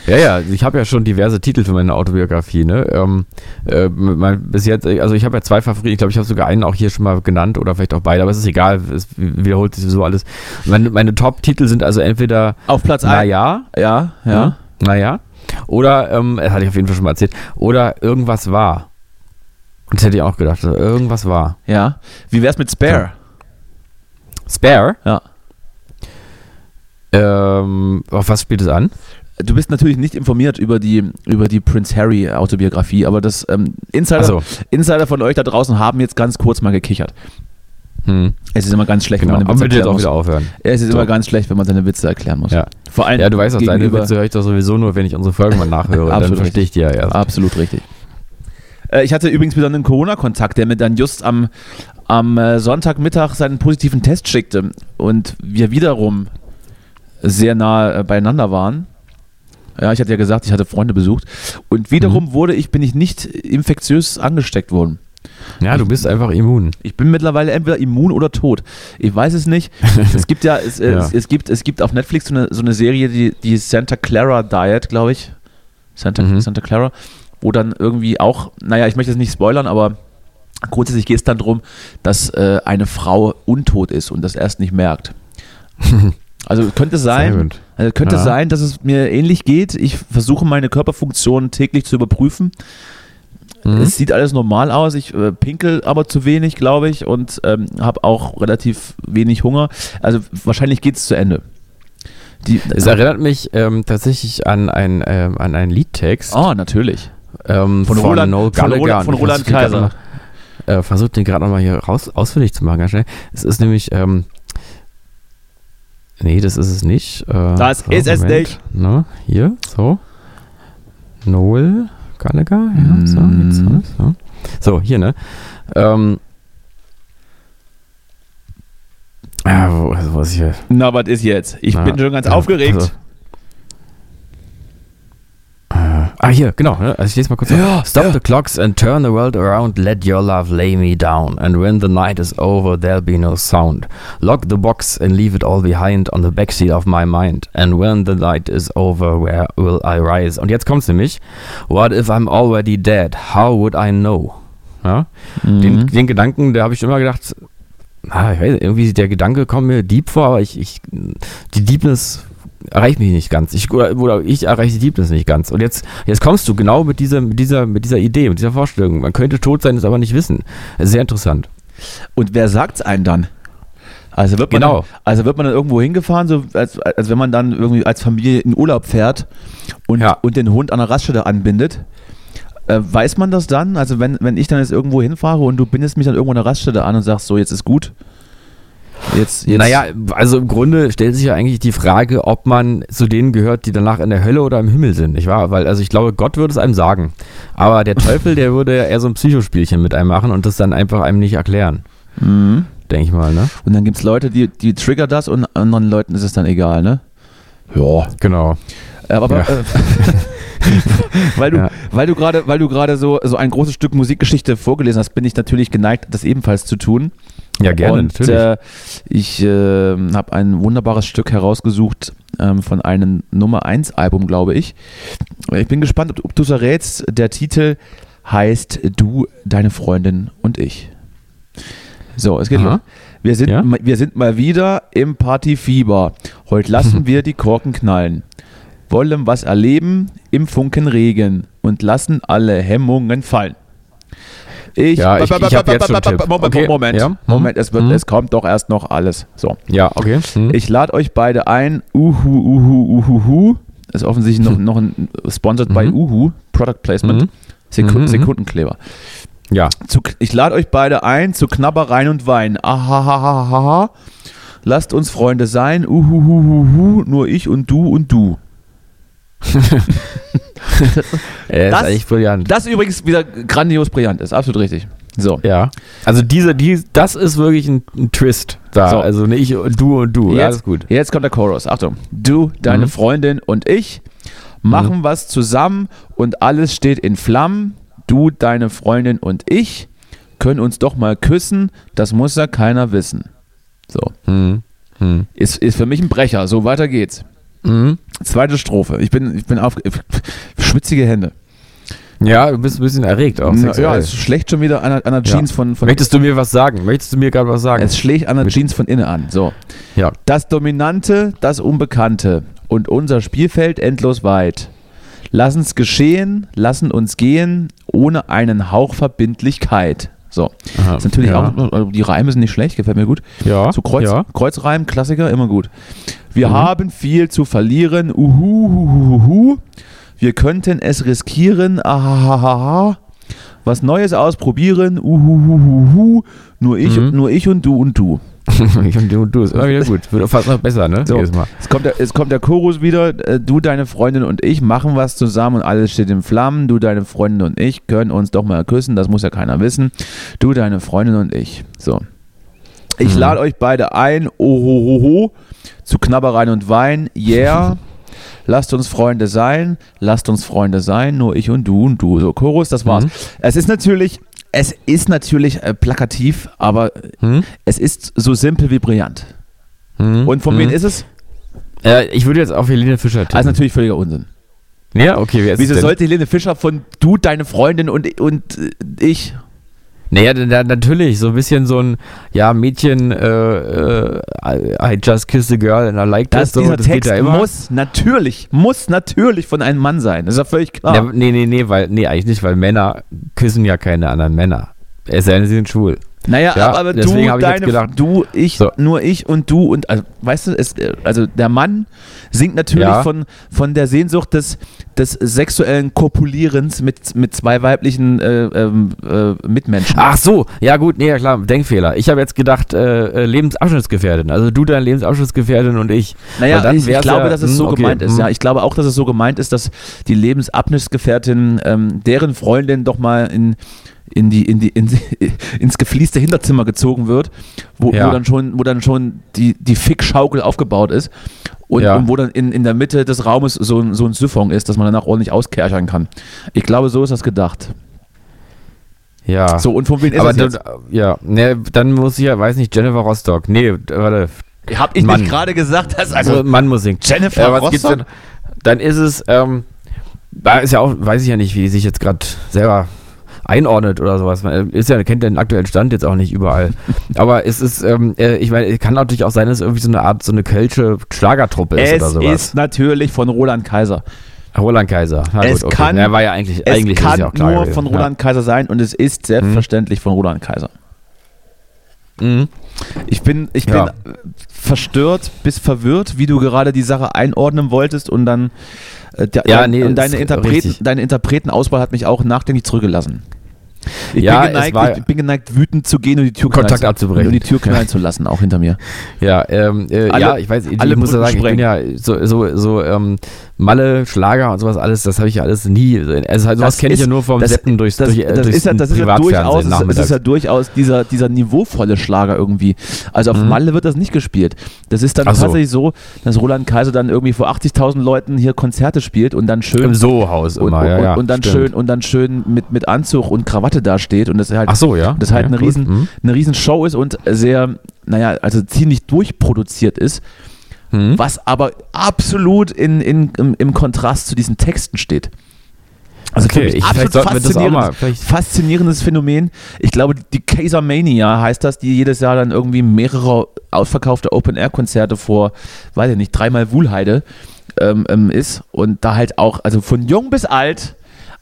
Ja, ja, ich habe ja schon diverse Titel für meine Autobiografie, ne? Ähm, äh, mein, bis jetzt, äh, also ich habe ja zwei Favoriten, ich glaube, ich habe sogar einen auch hier schon mal genannt oder vielleicht auch beide, aber es ist egal, es wiederholt sich sowieso alles. Meine, meine Top-Titel sind also entweder
Auf Platz 1.
Naja,
Ja, ja.
ja. naja, oder, ähm, das hatte ich auf jeden Fall schon mal erzählt, oder Irgendwas war. Und das hätte ich auch gedacht, also irgendwas war.
Ja. Wie wär's mit Spare?
Spare?
Ja.
Ähm, auf was spielt es an?
Du bist natürlich nicht informiert über die, über die Prince Harry Autobiografie, aber das ähm, Insider,
Ach so.
Insider von euch da draußen haben jetzt ganz kurz mal gekichert.
Hm,
Es ist immer ganz schlecht,
genau.
wenn man
Aber
seine
bitte
Witze
jetzt
erklären
auch
muss.
wieder aufhören.
Es ist
So.
immer ganz schlecht, wenn man seine Witze erklären muss.
Ja.
Vor allem
Ja, du weißt auch, deine
gegenüber-
Witze höre ich doch sowieso nur, wenn ich unsere Folgen mal nachhöre. dann
Absolut
verstehe ich die ja erst.
Absolut richtig. Äh, Ich hatte übrigens wieder einen Corona-Kontakt, der mir dann just am, am äh, Sonntagmittag seinen positiven Test schickte und wir wiederum sehr nah äh, beieinander waren. Ja, ich hatte ja gesagt, ich hatte Freunde besucht und wiederum
Mhm.
wurde ich, bin ich nicht infektiös angesteckt worden.
Ja, du bist einfach immun.
Ich bin mittlerweile entweder immun oder tot. Ich weiß es nicht. Es gibt ja, es, äh,
Ja.
Es, es, gibt, es gibt auf Netflix so eine, so eine Serie, die, die Santa Clara Diet, glaube ich. Santa,
Mhm.
Santa Clara, wo dann irgendwie auch, naja, ich möchte jetzt nicht spoilern, aber grundsätzlich geht es dann darum, dass äh, eine Frau untot ist und das erst nicht merkt. Also könnte sein,
gut.
also könnte
Ja.
sein, dass es mir ähnlich geht. Ich versuche meine Körperfunktionen täglich zu überprüfen.
Mhm.
Es sieht alles normal aus. Ich äh, pinkel aber zu wenig, glaube ich, und ähm, habe auch relativ wenig Hunger. Also wahrscheinlich geht es zu Ende. Die,
Es erinnert mich ähm, tatsächlich an, ein, ähm, an einen Liedtext
oh, natürlich.
ähm,
von Roland- von
Noel Gallagher.
Roland-
Und
von
ich
Roland
versuch den
Kaiser.
grad noch Mal, äh, versucht den gerade nochmal hier raus, ausfindig zu machen, ganz schnell. Es ist nämlich. Ähm, nee, das ist es nicht. Äh,
Das ist es
Moment.
nicht.
Ne, hier, so. Noel Gallagher. Ja, so,
Mm.
jetzt, ne, so. so, hier, ne? Ähm, ja, wo, also, was ich hier.
Na, was ist jetzt? Ich
Na,
bin schon ganz
ja,
aufgeregt.
also. Äh, Ah, hier, genau. ne? Also ich lese mal kurz.
Ja,
vor. Stop
ja.
the clocks and turn the world around. Let your love lay me down. And when the night is over, there'll be no sound. Lock the box and leave it all behind on the backseat of my mind. And when the night is over, where will I rise? Und jetzt kommt's nämlich. What if I'm already dead? How would I know? Ja?
mhm.
Den, den Gedanken, da habe ich immer gedacht, ah, ich weiß, nicht, irgendwie der Gedanke kommt mir deep vor, aber ich, ich die Deepness erreicht mich nicht ganz. Ich, oder, oder ich erreiche die Deepness nicht ganz. Und jetzt, jetzt kommst du genau mit dieser, mit dieser, mit dieser Idee, mit dieser Vorstellung. Man könnte tot sein, es aber nicht wissen. Sehr interessant.
Und wer sagt's einem dann? Also wird man,
Genau.
dann, also wird man dann irgendwo hingefahren, so als, als wenn man dann irgendwie als Familie in Urlaub fährt und,
Ja.
und den Hund an der Raststätte anbindet. Äh, weiß man das dann? Also wenn, wenn ich dann jetzt irgendwo hinfahre und du bindest mich dann irgendwo an der Raststätte an und sagst, so jetzt ist gut. Jetzt, jetzt
Naja, also im Grunde stellt sich ja eigentlich die Frage, ob man zu denen gehört, die danach in der Hölle oder im Himmel sind, nicht wahr? Weil, also ich glaube, Gott würde es einem sagen. Aber der Teufel, der würde ja eher so ein Psychospielchen mit einem machen und das dann einfach einem nicht erklären.
Mhm.
Denke ich mal, ne?
Und dann gibt's Leute, die, die triggern das und anderen Leuten ist es dann egal, ne? Ja.
Genau.
Aber, aber
Ja.
äh, weil du,
Ja.
weil du gerade, weil du gerade so, so ein großes Stück Musikgeschichte vorgelesen hast, bin ich natürlich geneigt, das ebenfalls zu tun.
Ja, gerne,
Und
natürlich.
Äh, ich äh, habe ein wunderbares Stück herausgesucht ähm, von einem Nummer 1 Album, glaube ich. Ich bin gespannt, ob, ob du es errätst. Der Titel heißt Du, deine Freundin und ich. So, es geht
Aha.
los. Wir sind,
Ja?
ma- wir sind mal wieder im Partyfieber. Heute lassen wir die Korken knallen. Wollen was erleben im Funken Regen und lassen alle Hemmungen fallen. Ich,
Ja, ich- ich hab jetzt schon einen Tipp.
Moment,
Okay,
Moment,
ja. Hm?
Moment, es, wird,
Hm?
es kommt doch erst noch alles. So,
Ja, okay. Hm.
ich lade euch beide ein. Uhu, uhu, uhu, uhu. Ist offensichtlich noch, noch ein äh, sponsored by
Mhm.
Uhu, Product Placement,
Mhm.
Seku
Mhm, mhm.
Sekundenkleber.
Ja.
Zu, ich lade euch beide ein zu Knabber rein und Wein. Ahahaha. Lasst uns Freunde sein. Uhuhuhuhu. Nur ich und du und du.
Er
Das-
Äh, ist eigentlich brillant.
Das übrigens wieder grandios brillant ist. Absolut richtig. So.
Ja. Also diese, die, das ist wirklich ein, ein Twist da.
So.
Also nicht du und du.
Jetzt,
Alles gut. Mhm.
Jetzt kommt der Chorus. Achtung. Du, deine Freundin und ich machen was zusammen und alles steht in Flammen. Du, deine Freundin und ich können uns doch mal küssen. Das muss ja keiner wissen. So.
Mhm. Mhm.
Ist, ist für mich ein Brecher. So, weiter geht's.
Mhm.
Zweite Strophe. Ich bin, ich bin auf. Schwitzige Hände.
Ja, du bist ein bisschen erregt auch.
Na,
sexuell.
ja, es schlägt schon wieder an der, an der
Ja.
Jeans von. von
Möchtest du mir was sagen? Möchtest du mir gerade was sagen?
es schlägt an der Jeans von innen an. So.
ja.
Das Dominante, das Unbekannte und unser Spielfeld endlos weit. Lass uns geschehen, lassen uns gehen, ohne einen Hauch Verbindlichkeit. So,
Aha.
ist natürlich
ja.
auch, äh, die Reime sind nicht schlecht, gefällt mir gut.
Ja.
So Kreuz,
Ja. Mhm.
Kreuzreim, Klassiker, immer gut. Wir haben viel zu verlieren, uhuhuhuhu. Wir könnten es riskieren, ahahaha. Was Neues ausprobieren, uhuhuhuhu. Nur ich,
Mhm.
nur ich und du und du.
ich und du, du ist immer wieder gut. Wird fast noch besser, ne?
So,
Jedes Mal.
es kommt, der, es kommt der Chorus wieder. äh, Du, deine Freundin und ich machen was zusammen und alles steht in Flammen. Du, deine Freundin und ich können uns doch mal küssen. Das muss ja keiner wissen. Du, deine Freundin und ich. So. Ich lade euch beide ein. Ohohoho. Zu Knabbereien und Wein. Yeah. Lasst uns Freunde sein, lasst uns Freunde sein, nur ich und du und du. So, Chorus, das war's.
Mhm.
Es ist natürlich, es ist natürlich äh, plakativ, aber
Hm?
es ist so simpel wie brillant.
Hm?
Und von
hm?
wem ist es?
Äh, ich würde jetzt auf Helene Fischer tippen.
Also natürlich völliger Unsinn.
ja, okay. Wer ist
Wieso
es denn?
sollte Helene Fischer von du, deine Freundin und, und äh, ich?
Naja, da, da, natürlich, so ein bisschen so ein, ja, Mädchen, äh, äh, I just kissed a girl and I like
Das,
this. so,
dieser
das
Text muss natürlich, muss natürlich von einem Mann sein. Das ist ja völlig klar.
Ja, nee, nee, nee, weil, nee, eigentlich nicht, weil Männer küssen ja keine anderen Männer. Es sei denn, sie sind schwul.
naja,
ja,
aber- aber
deswegen
du,
hab ich jetzt
deine,
gedacht.
du, ich,
So.
nur ich und du und, also, weißt du, es, äh, also der Mann singt natürlich
Ja.
von, von der Sehnsucht des, des sexuellen Kopulierens mit, mit zwei weiblichen äh, ähm, äh, Mitmenschen.
Ach so, ja gut, nee, ja klar, Denkfehler. Ich habe jetzt gedacht, äh, äh, Lebensabschnittsgefährtin. Also du, deine Lebensabschnittsgefährtin und ich.
Naja,
Weil dann
ich, ich
wär's
glaube,
ja-
dass es
hm,
so
okay,
gemeint ist.
hm.
Ja, ich glaube auch, dass es so gemeint ist, dass die Lebensabschnittsgefährtin ähm, deren Freundin doch mal in, in die, in die, in, ins geflieste Hinterzimmer gezogen wird, wo,
Ja.
wo dann schon, wo dann schon die, die Fickschaukel aufgebaut ist und,
Ja.
und wo dann in, in der Mitte des Raumes so, ein- so ein Siphon ist, dass man danach ordentlich auskerchern kann. Ich glaube, so ist das gedacht.
Ja.
So, und von wem ist
Ah. aber
das jetzt?
dann, ja, nee, dann muss ich ja, weiß nicht, Jennifer Rostock. Nee, warte.
Hab ich
Mann.
nicht gerade gesagt, dass
Also
also
Mann muss singen. Äh,
Jennifer
was
Rostock?
gibt's denn? Dann ist es, ähm, da ist ja auch, weiß ich ja nicht, wie die sich jetzt gerade selber einordnet oder sowas. Man äh, Ist ja, kennt ja den aktuellen Stand jetzt auch nicht überall. Aber es ist, ähm, äh, ich meine, kann natürlich auch sein, dass es irgendwie so eine Art, so eine kölsche Schlagertruppe ist oder
es
sowas.
ist natürlich von Roland Kaiser.
Roland Kaiser. Na
Es kann-
Er war ja eigentlich,
Es
eigentlich ist
kann
es ja Mhm. auch klar
nur
gewesen.
von Roland Kaiser sein und es ist selbstverständlich von Roland Kaiser.
Ja. Mhm.
Ich bin, ich
Ja.
bin äh, verstört bis verwirrt, wie du gerade die Sache einordnen wolltest und dann äh, de,
Ja,
dein-
nee,
und deine,
ist
Interpreten,
richtig.
deine Interpretenauswahl hat mich auch nachdenklich zurückgelassen. Ich,
Ja,
bin
es
geneigt,
war-
ich bin geneigt, wütend zu gehen und die Tür
Kontakt
knallen zu-
abzubrechen.
Und die Tür knallen zu lassen, auch hinter mir.
Ja, ähm, äh,
Alle-
ja, ich weiß, ich,
alle
ich muss ja
Brücken
sagen, ich bin ja so, so, so ähm, Malle, Schlager und sowas alles, das habe ich ja alles nie. Also halt, sowas
Das
kenne ich
ist-
ja nur vom
das-
Seppen durchs,
Das,
durch, äh,
das
durchs
ist ja, das ist ja
Privatfernsehen
durchaus, es- es
nachmittags.
ist ja durchaus dieser, dieser niveauvolle Schlager irgendwie. Also auf Malle wird das nicht gespielt. Das ist dann
Mhm. Ach so.
tatsächlich so, dass Roland Kaiser dann irgendwie vor 80.000 Leuten hier Konzerte spielt und dann schön
Im Soho-Haus
und,
immer,
und,
ja, ja.
und dann
stimmt.
schön und dann schön mit, mit Anzug und Krawatte dasteht und das halt
Ach so, ja.
das halt
ja,
eine,
gut.
riesen,
Mhm.
eine riesen Show ist und sehr, naja, also ziemlich durchproduziert ist,
Mhm.
was aber absolut in, in, im, im Kontrast zu diesen Texten steht. Also für
Okay,
mich
ich,
absolut
vielleicht sollten wir das auch mal.
faszinierendes,
Vielleicht,
faszinierendes Phänomen. Ich glaube, die Kaiser Mania heißt das, die jedes Jahr dann irgendwie mehrere ausverkaufte Open-Air-Konzerte vor, weiß ich nicht, dreimal Wuhlheide ähm, ähm, ist und da halt auch, also von jung bis alt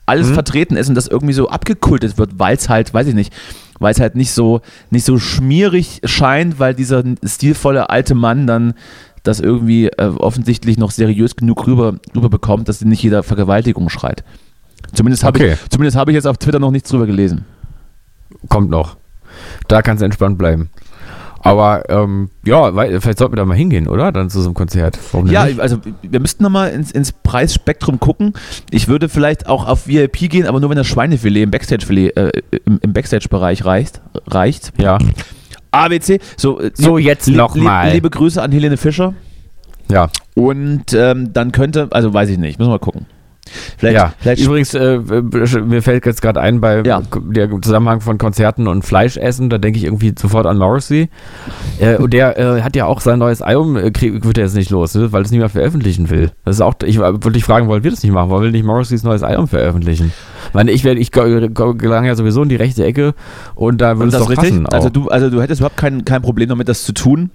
alles vertreten ist und das irgendwie so abgekultet wird, weil es halt, weiß ich nicht, weil es halt nicht so, nicht so schmierig scheint, weil dieser stilvolle alte Mann dann das irgendwie äh, offensichtlich noch seriös genug rüber, rüberbekommt, dass nicht jeder Vergewaltigung schreit. Zumindest habe
Okay.
ich, zumindest habe ich jetzt auf Twitter noch nichts drüber gelesen.
kommt noch. Da kannst du entspannt bleiben. Aber ähm, ja, weil, vielleicht sollten wir da mal hingehen, oder? Dann zu so einem Konzert. Warum denn
Ja,
nicht?
also wir müssten nochmal ins, ins Preisspektrum gucken. Ich würde vielleicht auch auf VIP gehen, aber nur wenn das Schweinefilet im Backstage-Filet, äh, im, im Backstage-Bereich reicht, reicht.
ja.
ABC, so, äh,
So, jetzt noch mal.
Liebe Grüße an Helene Fischer.
Ja,
Und ähm, dann könnte, also weiß ich nicht, müssen wir mal gucken. Vielleicht,
ja.
vielleicht
Übrigens, äh, mir fällt jetzt gerade ein bei
Ja.
der Zusammenhang von Konzerten und Fleischessen, da denke ich irgendwie sofort an Morrissey. Äh, und der äh, hat ja auch sein neues Album, äh, krieg, wird er jetzt nicht los, ne? weil es niemand veröffentlichen will. Das ist auch, ich würde dich fragen, wollen wir das nicht machen? Warum will nicht Morrisseys neues Album veröffentlichen? Ich meine, ich, werd- ich ge- ge- gelange ja sowieso in die rechte Ecke und da würde es
das
doch
richtig?
passen. auch.
Also du, also du hättest überhaupt kein, kein Problem damit, das zu tun.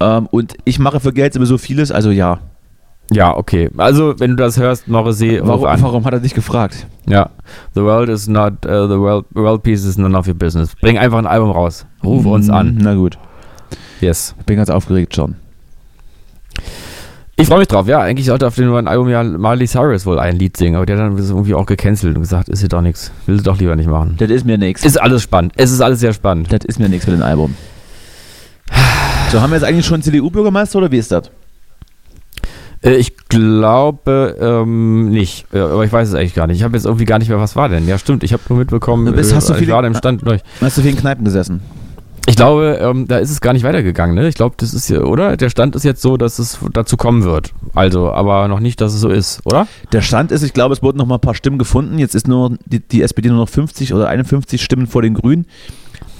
Ähm, und ich mache für Geld sowieso vieles, also ja.
ja, okay. Also, wenn du das hörst, Morrissey, ruf
Äh, Warum,
an.
warum hat er dich gefragt?
Ja, the world is not, äh, the world, world peace is none of your business. Bring einfach ein Album raus. Ruf uns an.
Mhm. Na gut,
Yes.
ich bin ganz aufgeregt schon.
Ich freue mich drauf. Ja, eigentlich sollte auf dem neuen Album ja Marley Cyrus wohl ein Lied singen, aber der hat dann irgendwie auch gecancelt und gesagt, ist hier doch nichts. Will sie doch lieber nicht machen.
Das ist mir nichts.
Ist alles spannend. Es ist alles sehr spannend.
Das ist mir nichts mit dem Album. So, haben wir jetzt eigentlich schon CDU-Bürgermeister oder wie ist das?
Äh, ich glaube ähm, nicht, Äh, aber ich weiß es eigentlich gar nicht. Ich habe jetzt irgendwie gar nicht mehr, was war denn? Ja, stimmt. Ich habe nur mitbekommen, äh,
Du bist- hast du
ich
viele-
war da im Stand durch.
Hast du viel in Kneipen gesessen?
Ich glaube, ähm, da ist es gar nicht weitergegangen, ne? Ich glaube, das ist ja, oder? Der Stand ist jetzt so, dass es dazu kommen wird. Also, aber noch nicht, dass es so ist, oder?
Der Stand ist, ich glaube, es wurden noch mal ein paar Stimmen gefunden. Jetzt ist nur die, die SPD nur noch 50 oder 51 Stimmen vor den Grünen.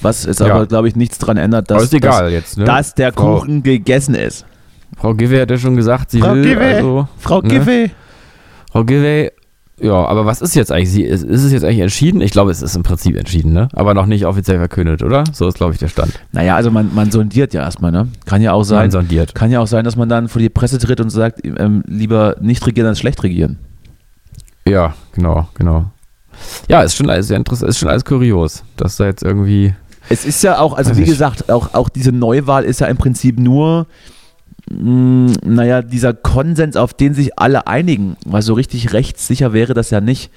Was ist
Ja.
aber, glaube ich, nichts dran ändert, dass,
aber ist egal jetzt, ne?
dass, dass der
Frau-
Kuchen gegessen ist.
Frau Giwe hat ja schon gesagt, sie
Frau
will
Giwe!
also.
Frau
Ne?
Giffey.
Frau Giwe, ja, aber was ist jetzt eigentlich? Sie, ist, ist es jetzt eigentlich entschieden? Ich glaube, es ist im Prinzip entschieden, ne? Aber noch nicht offiziell verkündet, oder? So ist, glaube ich, der Stand. Mhm.
Naja, also man, man sondiert ja erstmal, ne? Kann ja auch sein.
sondiert.
Kann ja auch sein, dass man dann vor die Presse tritt und sagt, ähm, lieber nicht regieren als schlecht regieren.
Ja, genau, genau. Ja, ist schon alles sehr interessant, ist schon alles kurios, dass da jetzt irgendwie.
Es ist ja auch, also
Weiß
wie
nicht.
gesagt, auch, auch diese Neuwahl ist ja im Prinzip nur, mh, naja, dieser Konsens, auf den sich alle einigen. Weil so richtig rechtssicher wäre das ja nicht.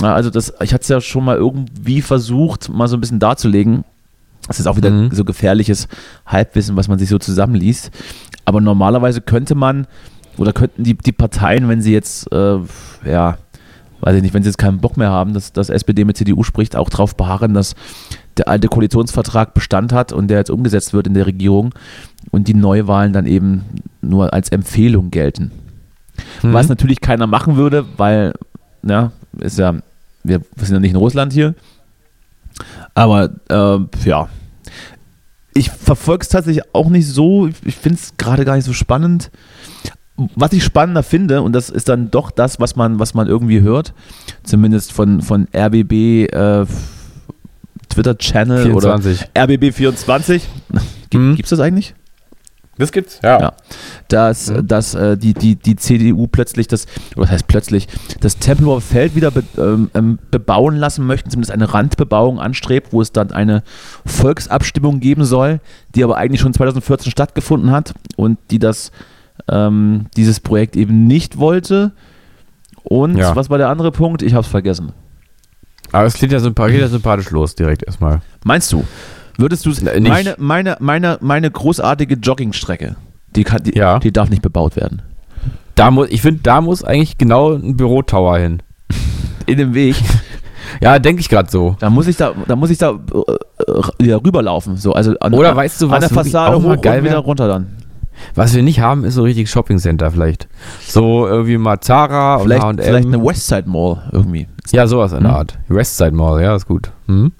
Na, Also das, ich hatte es ja schon mal irgendwie versucht, mal so ein bisschen darzulegen. Das ist auch wieder
Mhm.
so gefährliches Halbwissen, was man sich so zusammenliest. Aber normalerweise könnte man oder könnten die, die Parteien, wenn sie jetzt, äh, ja, weiß ich nicht, wenn sie jetzt keinen Bock mehr haben, dass, dass SPD mit CDU spricht, auch darauf beharren, dass der alte Koalitionsvertrag Bestand hat und der jetzt umgesetzt wird in der Regierung und die Neuwahlen dann eben nur als Empfehlung gelten.
Mhm. hm,
Was natürlich keiner machen würde, weil, ja, ist ja, wir sind ja nicht in Russland hier. Aber, äh, ja. Ich verfolge es tatsächlich auch nicht so. Ich finde es gerade gar nicht so spannend. Was ich spannender finde, und das ist dann doch das, was man, was man irgendwie hört, zumindest von, von RBB äh, Twitter-Channel oder
24.
RBB24. Gibt
Mhm.
gibt's das eigentlich?
Das gibt's,
Ja. dass,
Mhm.
dass äh, die, die, die CDU plötzlich das, oder was heißt plötzlich, das Tempelhofer Feld wieder be, ähm, ähm, bebauen lassen möchten, zumindest eine Randbebauung anstrebt, wo es dann eine Volksabstimmung geben soll, die aber eigentlich schon 2014 stattgefunden hat und die das, ähm, dieses Projekt eben nicht wollte. Und
Ja.
was war der andere Punkt? Ich hab's vergessen.
Aber es klingt ja, sympa geht ja sympathisch los, direkt erstmal.
Meinst du? Würdest du es.
Nein, nicht.
Meine, meine, meine, meine großartige Joggingstrecke, die, kann, die,
Ja.
die darf nicht bebaut werden.
Da muss, ich finde, da muss eigentlich genau ein Bürotower hin.
In dem Weg
Ja, denke ich gerade so.
Da muss ich da, da muss ich da äh, äh, ja, rüberlaufen. So, also an,
Oder
an,
weißt du,
an
was
der
wirklich
Fassade
auch mal
hoch
geil
und wieder
wär?
runter dann.
Was wir nicht haben, ist so richtig Shoppingcenter vielleicht. So irgendwie mal Zara und
Vielleicht,
H&M.
vielleicht eine Westside Mall irgendwie.
ja, sowas in der
Hm?
Art. Westside Mall, ja, ist gut. Hm?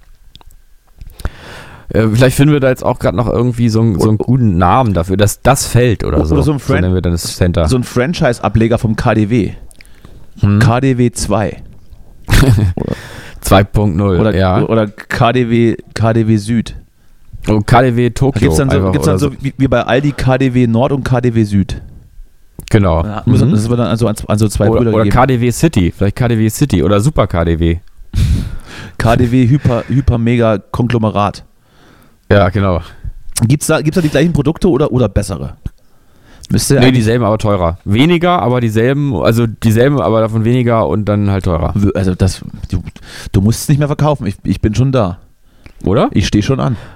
Äh, Vielleicht finden wir da jetzt auch gerade noch irgendwie so einen, so einen guten Namen dafür, dass das fällt oder
Oder
so.
so ein Friend-
nennen wir dann das Center.
So ein Franchise-Ableger vom KDW.
Hm?
KDW 2
2.0
oder,
Äh, ja.
oder KDW, KDW Süd.
Oh, KDW
Da
Tokio.
gibt es dann, so,
einfach
gibt's dann
oder
so wie, wie bei Aldi KDW Nord und KDW Süd.
Genau.
Da muss-
Mhm.
Das wird dann also an, an so zwei
Oder,
Brüder
oder
gegeben.
KDW City. Vielleicht KDW City oder Super KDW.
KDW Hyper, Hyper Mega Konglomerat.
Ja, genau.
Gibt es da, gibt's da die gleichen Produkte oder, oder bessere? Müsste
Nee,
eigentlich-
dieselben, aber teurer. Weniger, aber dieselben, also dieselben, aber davon weniger und dann halt teurer.
W- Also das, du, du musst es nicht mehr verkaufen. Ich, ich bin schon da.
Oder?
Ich stehe schon an.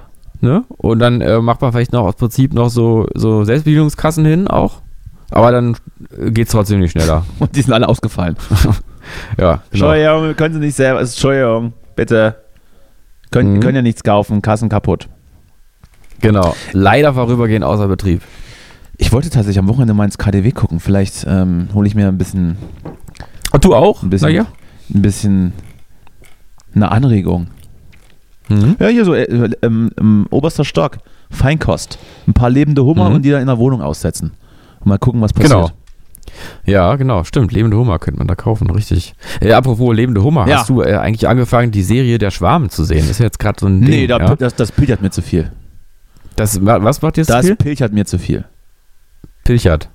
Ne? Und dann äh, macht man vielleicht noch aus Prinzip noch so, so Selbstbedienungskassen hin auch. Aber dann äh, geht's trotzdem nicht schneller.
Und die sind alle ausgefallen.
Ja, genau.
Entschuldigung, wir können sie nicht selber. Entschuldigung, bitte. Können,
Mhm.
können ja nichts kaufen, Kassen kaputt.
genau. Leider vorübergehend außer Betrieb.
Ich wollte tatsächlich am Wochenende mal ins KDW gucken. Vielleicht ähm, hole ich mir ein bisschen,
Und du auch?
Ein bisschen.
Na ja.
ein bisschen eine Anregung.
Mhm.
Ja, hier so äh, äh, ähm, im oberster Stock. Feinkost. Ein paar lebende Hummer
Mhm.
und die dann in der Wohnung aussetzen. Und mal gucken, was passiert.
Genau. Ja, genau, stimmt. Lebende Hummer könnte man da kaufen, richtig. Äh, apropos lebende Hummer,
Ja.
hast du äh, eigentlich angefangen, die Serie der Schwarmen zu sehen? Ist ja jetzt gerade so ein Ding.
Nee, da,
ja?
das, das pilchert mir zu viel.
das, wa- was macht jetzt
Das
viel?
pilchert mir zu viel.
Pilchert.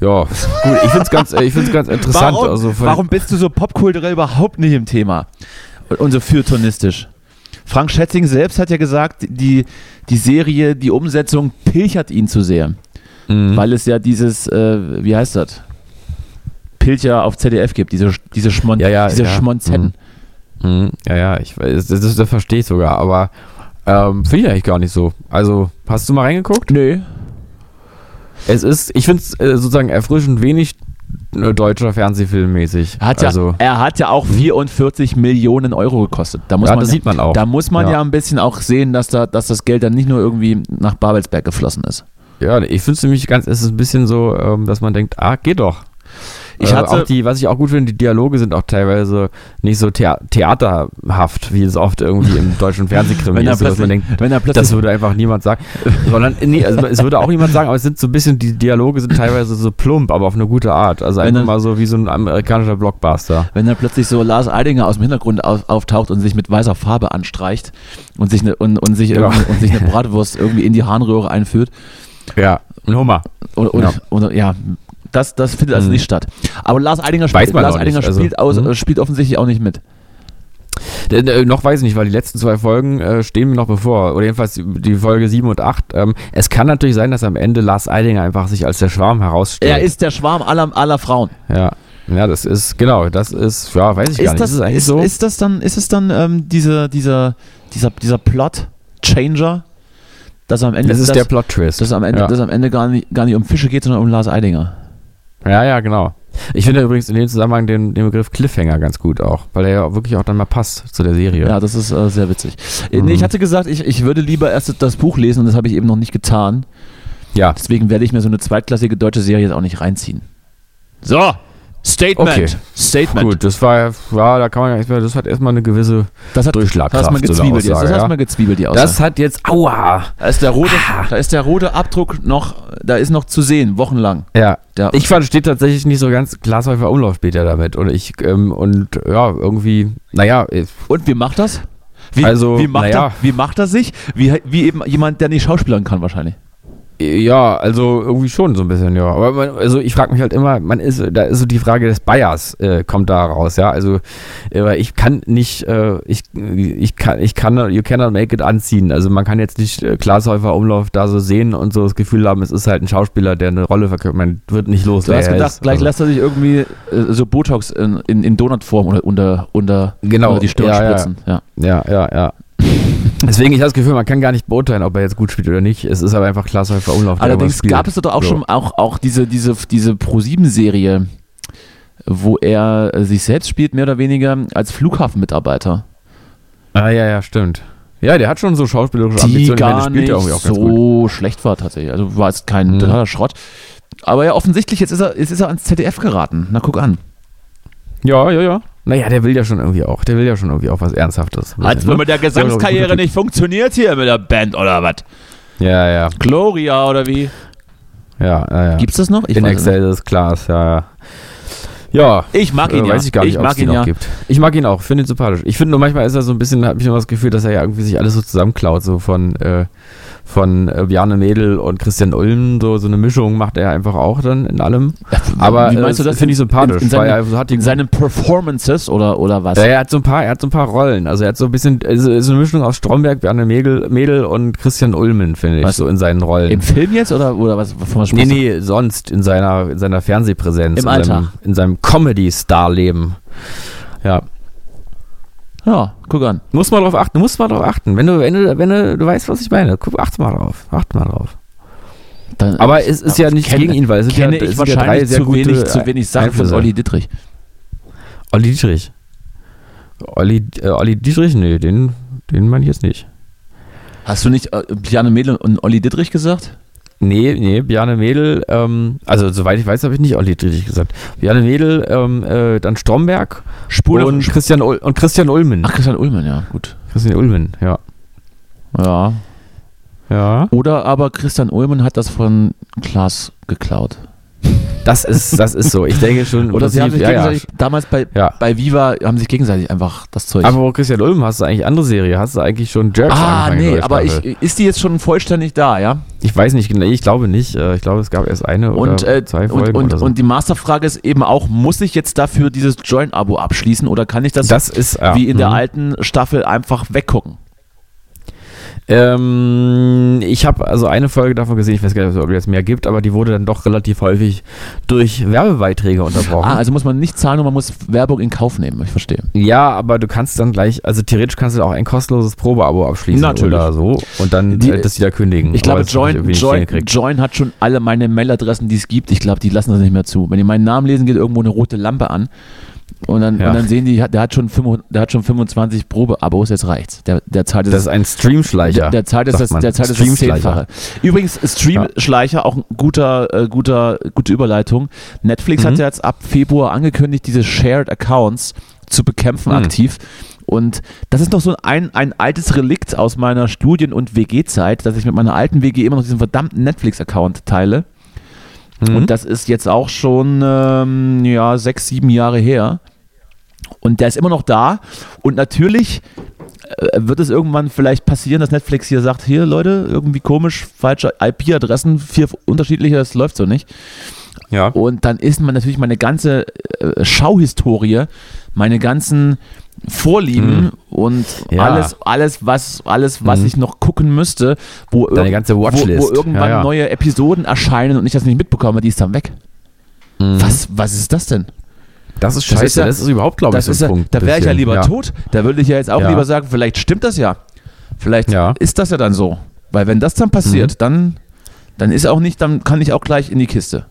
Ja, gut, ich find's ganz, äh, ich find's ganz interessant.
Warum,
also von,
warum bist du so popkulturell überhaupt nicht im Thema? Und, und so fürtonistisch. Frank Schätzing selbst hat ja gesagt, die, die Serie, die Umsetzung pilchert ihn zu sehr.
Mhm.
Weil es ja dieses, äh, wie heißt das? Pilcher auf ZDF gibt, diese, diese, Schmon
Ja, ja,
diese
ja.
Schmonzetten.
Mhm, ja, ja, ich weiß, das, das, das verstehe ich sogar, aber ähm, finde ich eigentlich gar nicht so. Also, hast du mal reingeguckt?
Nö.
Es ist, ich finde es äh, sozusagen erfrischend wenig äh, deutscher Fernsehfilm mäßig.
Er hat, ja,
also,
er hat ja auch 44 Millionen Euro gekostet. Da muss
ja,
man
das
ja,
sieht man auch.
Da muss man ja.
Ja.
ein bisschen auch sehen, dass, da, dass das Geld dann nicht nur irgendwie nach Babelsberg geflossen ist.
Ja, ich finde es nämlich ganz, es ist ein bisschen so, ähm, dass man denkt, ah, geht doch. Äh,
Ich hatte-
auch die, was ich auch gut finde, die Dialoge sind auch teilweise nicht so thea theaterhaft, wie es oft irgendwie im deutschen Fernsehkrimi
Wenn er
ist, so dass man
plötzlich-
denkt,
wenn er
das
plötzlich
würde einfach niemand sagen, sondern nee, also es würde auch niemand sagen, aber es sind so ein bisschen die Dialoge sind teilweise so plump, aber auf eine gute Art, also
Wenn
einfach
er-
mal so wie so ein amerikanischer Blockbuster.
Wenn dann plötzlich so Lars Eidinger aus dem Hintergrund au- auftaucht und sich mit weißer Farbe anstreicht und sich eine, und, und sich
Ja.
irgendwie- und sich eine Bratwurst irgendwie in die Harnröhre einführt.
Ja, ein Hummer.
Und, und,
Ja.
und, ja das, das findet also
Genau. Mhm.
nicht statt. Aber Lars Eidinger,
Weiß
spielt-
man
Lars
noch nicht,
Eidinger
also,
spielt, aus,
mhm.
äh, spielt offensichtlich auch nicht mit.
Äh, äh, noch weiß ich nicht, weil die letzten zwei Folgen äh, stehen mir noch bevor. Oder jedenfalls die Folge 7 und 8. Ähm, es kann natürlich sein, dass am Ende Lars Eidinger einfach sich als der Schwarm herausstellt.
Er ist der Schwarm aller, aller Frauen.
Ja. ja, das ist, genau, das ist, ja, weiß ich gar
Ist
nicht.
das,
es eigentlich
ist,
so?
ist das dann, ist es dann ähm, diese, dieser, dieser, dieser Plot-Changer, dass am Ende,
das ist
dass,
der Plot-Twist.
dass am Ende,
ja.
dass am Ende gar, nicht, gar nicht um Fische geht, sondern um Lars Eidinger?
ja, ja, genau. Ich finde übrigens in dem Zusammenhang den, den Begriff Cliffhanger ganz gut auch, weil er ja wirklich auch dann mal passt zu der Serie.
Ja, das ist äh, sehr witzig. Äh, Nee,
Mhm.
ich hatte gesagt, ich, ich würde lieber erst das Buch lesen und das habe ich eben noch nicht getan.
ja.
Deswegen werde ich mir so eine zweitklassige deutsche Serie jetzt auch nicht reinziehen. So, Statement.
Okay.
Statement.
Gut, das war, ja, da kann man ja erstmal, das hat erstmal eine gewisse
Das hat,
Durchschlagkraft.
das hat man
so eine
gezwiebelt jetzt.
Aussage,
Das
ja.
hat man gezwiebelt, die Aussage.
das hat Ah. jetzt, aua,
da, ist der rote, da ist der rote Abdruck noch, da ist noch zu sehen, wochenlang.
Ja,
Ja.
ich fand, steht tatsächlich nicht so ganz Glashäufer Umlauf später damit. Und ich, ähm, und ja, irgendwie, naja, ich-
Und wie macht das? Wie,
Also,
wie, macht,
naja.
er, wie macht er sich? Wie, wie eben jemand, der nicht schauspielern kann wahrscheinlich.
ja, also irgendwie schon so ein bisschen, ja. Aber man, also ich frage mich halt immer, man ist, da ist so die Frage des Bayers, äh, kommt da raus, ja. Also, äh, ich kann nicht, äh, ich, ich kann, ich kann, you cannot make it anziehen. Also man kann jetzt nicht äh, Glashäufer Umlauf da so sehen und so das Gefühl haben, es ist halt ein Schauspieler, der eine Rolle verkörpert. Man wird nicht los.
Du
wer
hast
er
gedacht,
ist.
gleich
Also-
lässt er sich irgendwie äh, so Botox in, in, in Donutform oder unter, unter,
Genau,
unter die Stirn
ja, ja.
spritzen. Ja.
Ja, ja, ja. Deswegen, ich habe das Gefühl, man kann gar nicht beurteilen, ob er jetzt gut spielt oder nicht. Es ist aber einfach klasse für Umlauf. der
Allerdings
immer spielt.
gab es doch auch
So.
schon auch, auch diese, diese, diese Pro-7-Serie, wo er äh, sich selbst spielt, mehr oder weniger als Flughafenmitarbeiter.
Ah, ja, ja, stimmt. Ja, der hat schon so schauspielerische
Die
Ich meine,
gar
das spielt
nicht
er irgendwie auch ganz gut.
so schlecht war tatsächlich. Also war es kein
Mhm.
totaler Schrott. Aber ja, offensichtlich, jetzt ist, er, jetzt ist er ans ZDF geraten. Na, guck an.
Ja, ja, ja. Naja, der will ja schon irgendwie auch. Der will ja schon irgendwie auch was Ernsthaftes. ne?
Hat's wohl mit der Gesangskarriere nicht funktioniert hier mit der Band oder was?
Ja, ja,
Gloria oder wie?
ja, ja. ja.
Gibt's das noch? Ich,
In
weiß es nicht.
Excel ist klar, ja, ja. Ja,
ich mag ihn
Äh,
ja.
Weiß ich gar nicht, ob es
mag
den
ihn
noch
ja.
gibt. Ich mag ihn auch, finde ihn sympathisch. Ich finde nur manchmal ist er so ein bisschen, habe ich immer das Gefühl, dass er ja irgendwie sich alles so zusammenklaut, so von, äh, von äh, Bjarne Mädel und Christian Ulm, so, so eine Mischung macht er einfach auch dann in allem. Aber
wie meinst
äh,
du das
Finde ich sympathisch,
in- in
weil
seinem-
er hat die
in seinen Performances oder, oder was?
ja, er hat so ein paar, er hat so ein paar Rollen. Also er hat so ein bisschen, also ist eine Mischung aus Stromberg, Bjarne Mädel, Mädel und Christian Ulmen, finde ich,
Was?
so in seinen Rollen.
Im Film jetzt oder, oder was? Von was
Nee,
sprichst du?
nee, sonst in seiner, in seiner Fernsehpräsenz.
Im
in seinem-
Alltag.
In seinem Comedy-Star-Leben. Ja.
Ja, guck an.
Muss mal drauf achten, muss mal drauf achten. Wenn du, wenn du, wenn du, du weißt, was ich meine, guck, achte mal drauf. Achte mal drauf.
Dann,
Aber es ist ja nicht gegen ihn, weil es sind
kenne
ja, es
ich
sind ja
wahrscheinlich
drei sehr
zu,
gute
wenig, zu wenig Sachen von
Einflüsse.
Olli Dittrich.
Olli Dietrich. Olli, äh, Olli Dietrich, nee, den, den meine ich jetzt nicht.
Hast du nicht äh, Piane Mädel und Olli Dittrich gesagt?
Nee, nee, Bjarne Mädel, ähm, also soweit ich weiß, habe ich nicht Olli Dietrich gesagt. Bjarne Mädel, ähm, äh, dann Stromberg
Spule
und Christian, Ul und Christian Ulmen.
Ach, Christian Ullmann, ja, gut.
Christian Ulmen, ja.
Ja.
Ja.
Oder aber Christian Ullmann hat das von Klaas geklaut.
Das ist, das ist so. Ich denke schon,
Oder sie haben sich
ja, ja.
gegenseitig, damals bei,
ja.
bei Viva, haben sich gegenseitig einfach das Zeug.
Aber wo Christian Ulm hast du eigentlich andere Serie? Hast du eigentlich schon Jerks
ah,
angefangen,
nee,
neue
aber ich,
Staffel?
ist die jetzt schon vollständig da, ja?
Ich weiß nicht, genau, ich glaube nicht. Äh, Ich glaube, es gab erst eine
Und,
oder
äh,
zwei
und,
Folgen
und,
oder so.
und die Masterfrage ist eben auch, muss ich jetzt dafür dieses Join-Abo abschließen oder kann ich das,
das ist ja,
wie in der
mhm.
alten Staffel einfach weggucken?
Ähm, ich habe also eine Folge davon gesehen, ich weiß gar nicht, ob es jetzt mehr gibt, aber die wurde dann doch relativ häufig durch Werbebeiträge unterbrochen.
Ah, also muss man nicht zahlen und man muss Werbung in Kauf nehmen, ich verstehe.
ja, aber du kannst dann gleich, also theoretisch kannst du auch ein kostenloses Probeabo abschließen
Natürlich.
oder so und dann
Die-
äh, das wieder kündigen.
Ich glaube,
Aber das hab
Join,
irgendwie nicht
Join,
hingekriegt.
Join hat schon alle meine Mailadressen, die es gibt. Ich glaube, die lassen das nicht mehr zu. Wenn die meinen Namen lesen, geht irgendwo eine rote Lampe an. Und dann,
Ja.
und dann sehen die, hat- der hat schon, 500 der hat schon 25 Probeabos, jetzt reicht's. Der, der zahlt
Das ist ein Streamschleicher.
der, der zahlt ist
sagt
das,
man.
der zahlt ist das
Streamschleicher.
Zehnfache. Übrigens, Stream-Schleicher, auch ein guter, äh, guter, gute Überleitung. Netflix
Mhm.
hat ja jetzt ab Februar angekündigt, diese Shared Accounts zu bekämpfen
Mhm.
aktiv. Und das ist noch so ein, ein altes Relikt aus meiner Studien- und WG-Zeit, dass ich mit meiner alten WG immer noch diesen verdammten Netflix-Account teile.
Mhm.
Und das ist jetzt auch schon ähm, ja, sechs, sieben Jahre her. Und der ist immer noch da. Und natürlich äh, wird es irgendwann vielleicht passieren, dass Netflix hier sagt, hier Leute, irgendwie komisch, falsche IP-Adressen, vier unterschiedliche, das läuft so nicht.
ja.
Und dann ist man natürlich meine ganze äh, Schauhistorie, meine ganzen Vorlieben und
Hm. Ja.
alles, alles, was, alles, was
Mhm.
ich noch gucken müsste, wo,
Deine
irg-
ganze
wo,
Watchlist.
wo irgendwann
Ja, ja.
neue Episoden erscheinen und ich das nicht mitbekomme, die ist dann weg.
Mhm.
Was, was ist das denn?
Das ist
Das
scheiße.
ist ja-
überhaupt, glaube
Das ist ja, da wäre ich ja lieber tot. Da würde ich ja jetzt auch
Ja.
lieber sagen, vielleicht stimmt das ja. Vielleicht
Ja. Mhm.
ist das ja dann so. Weil wenn das dann passiert, dann, dann ist auch nicht, dann kann ich auch gleich in die Kiste.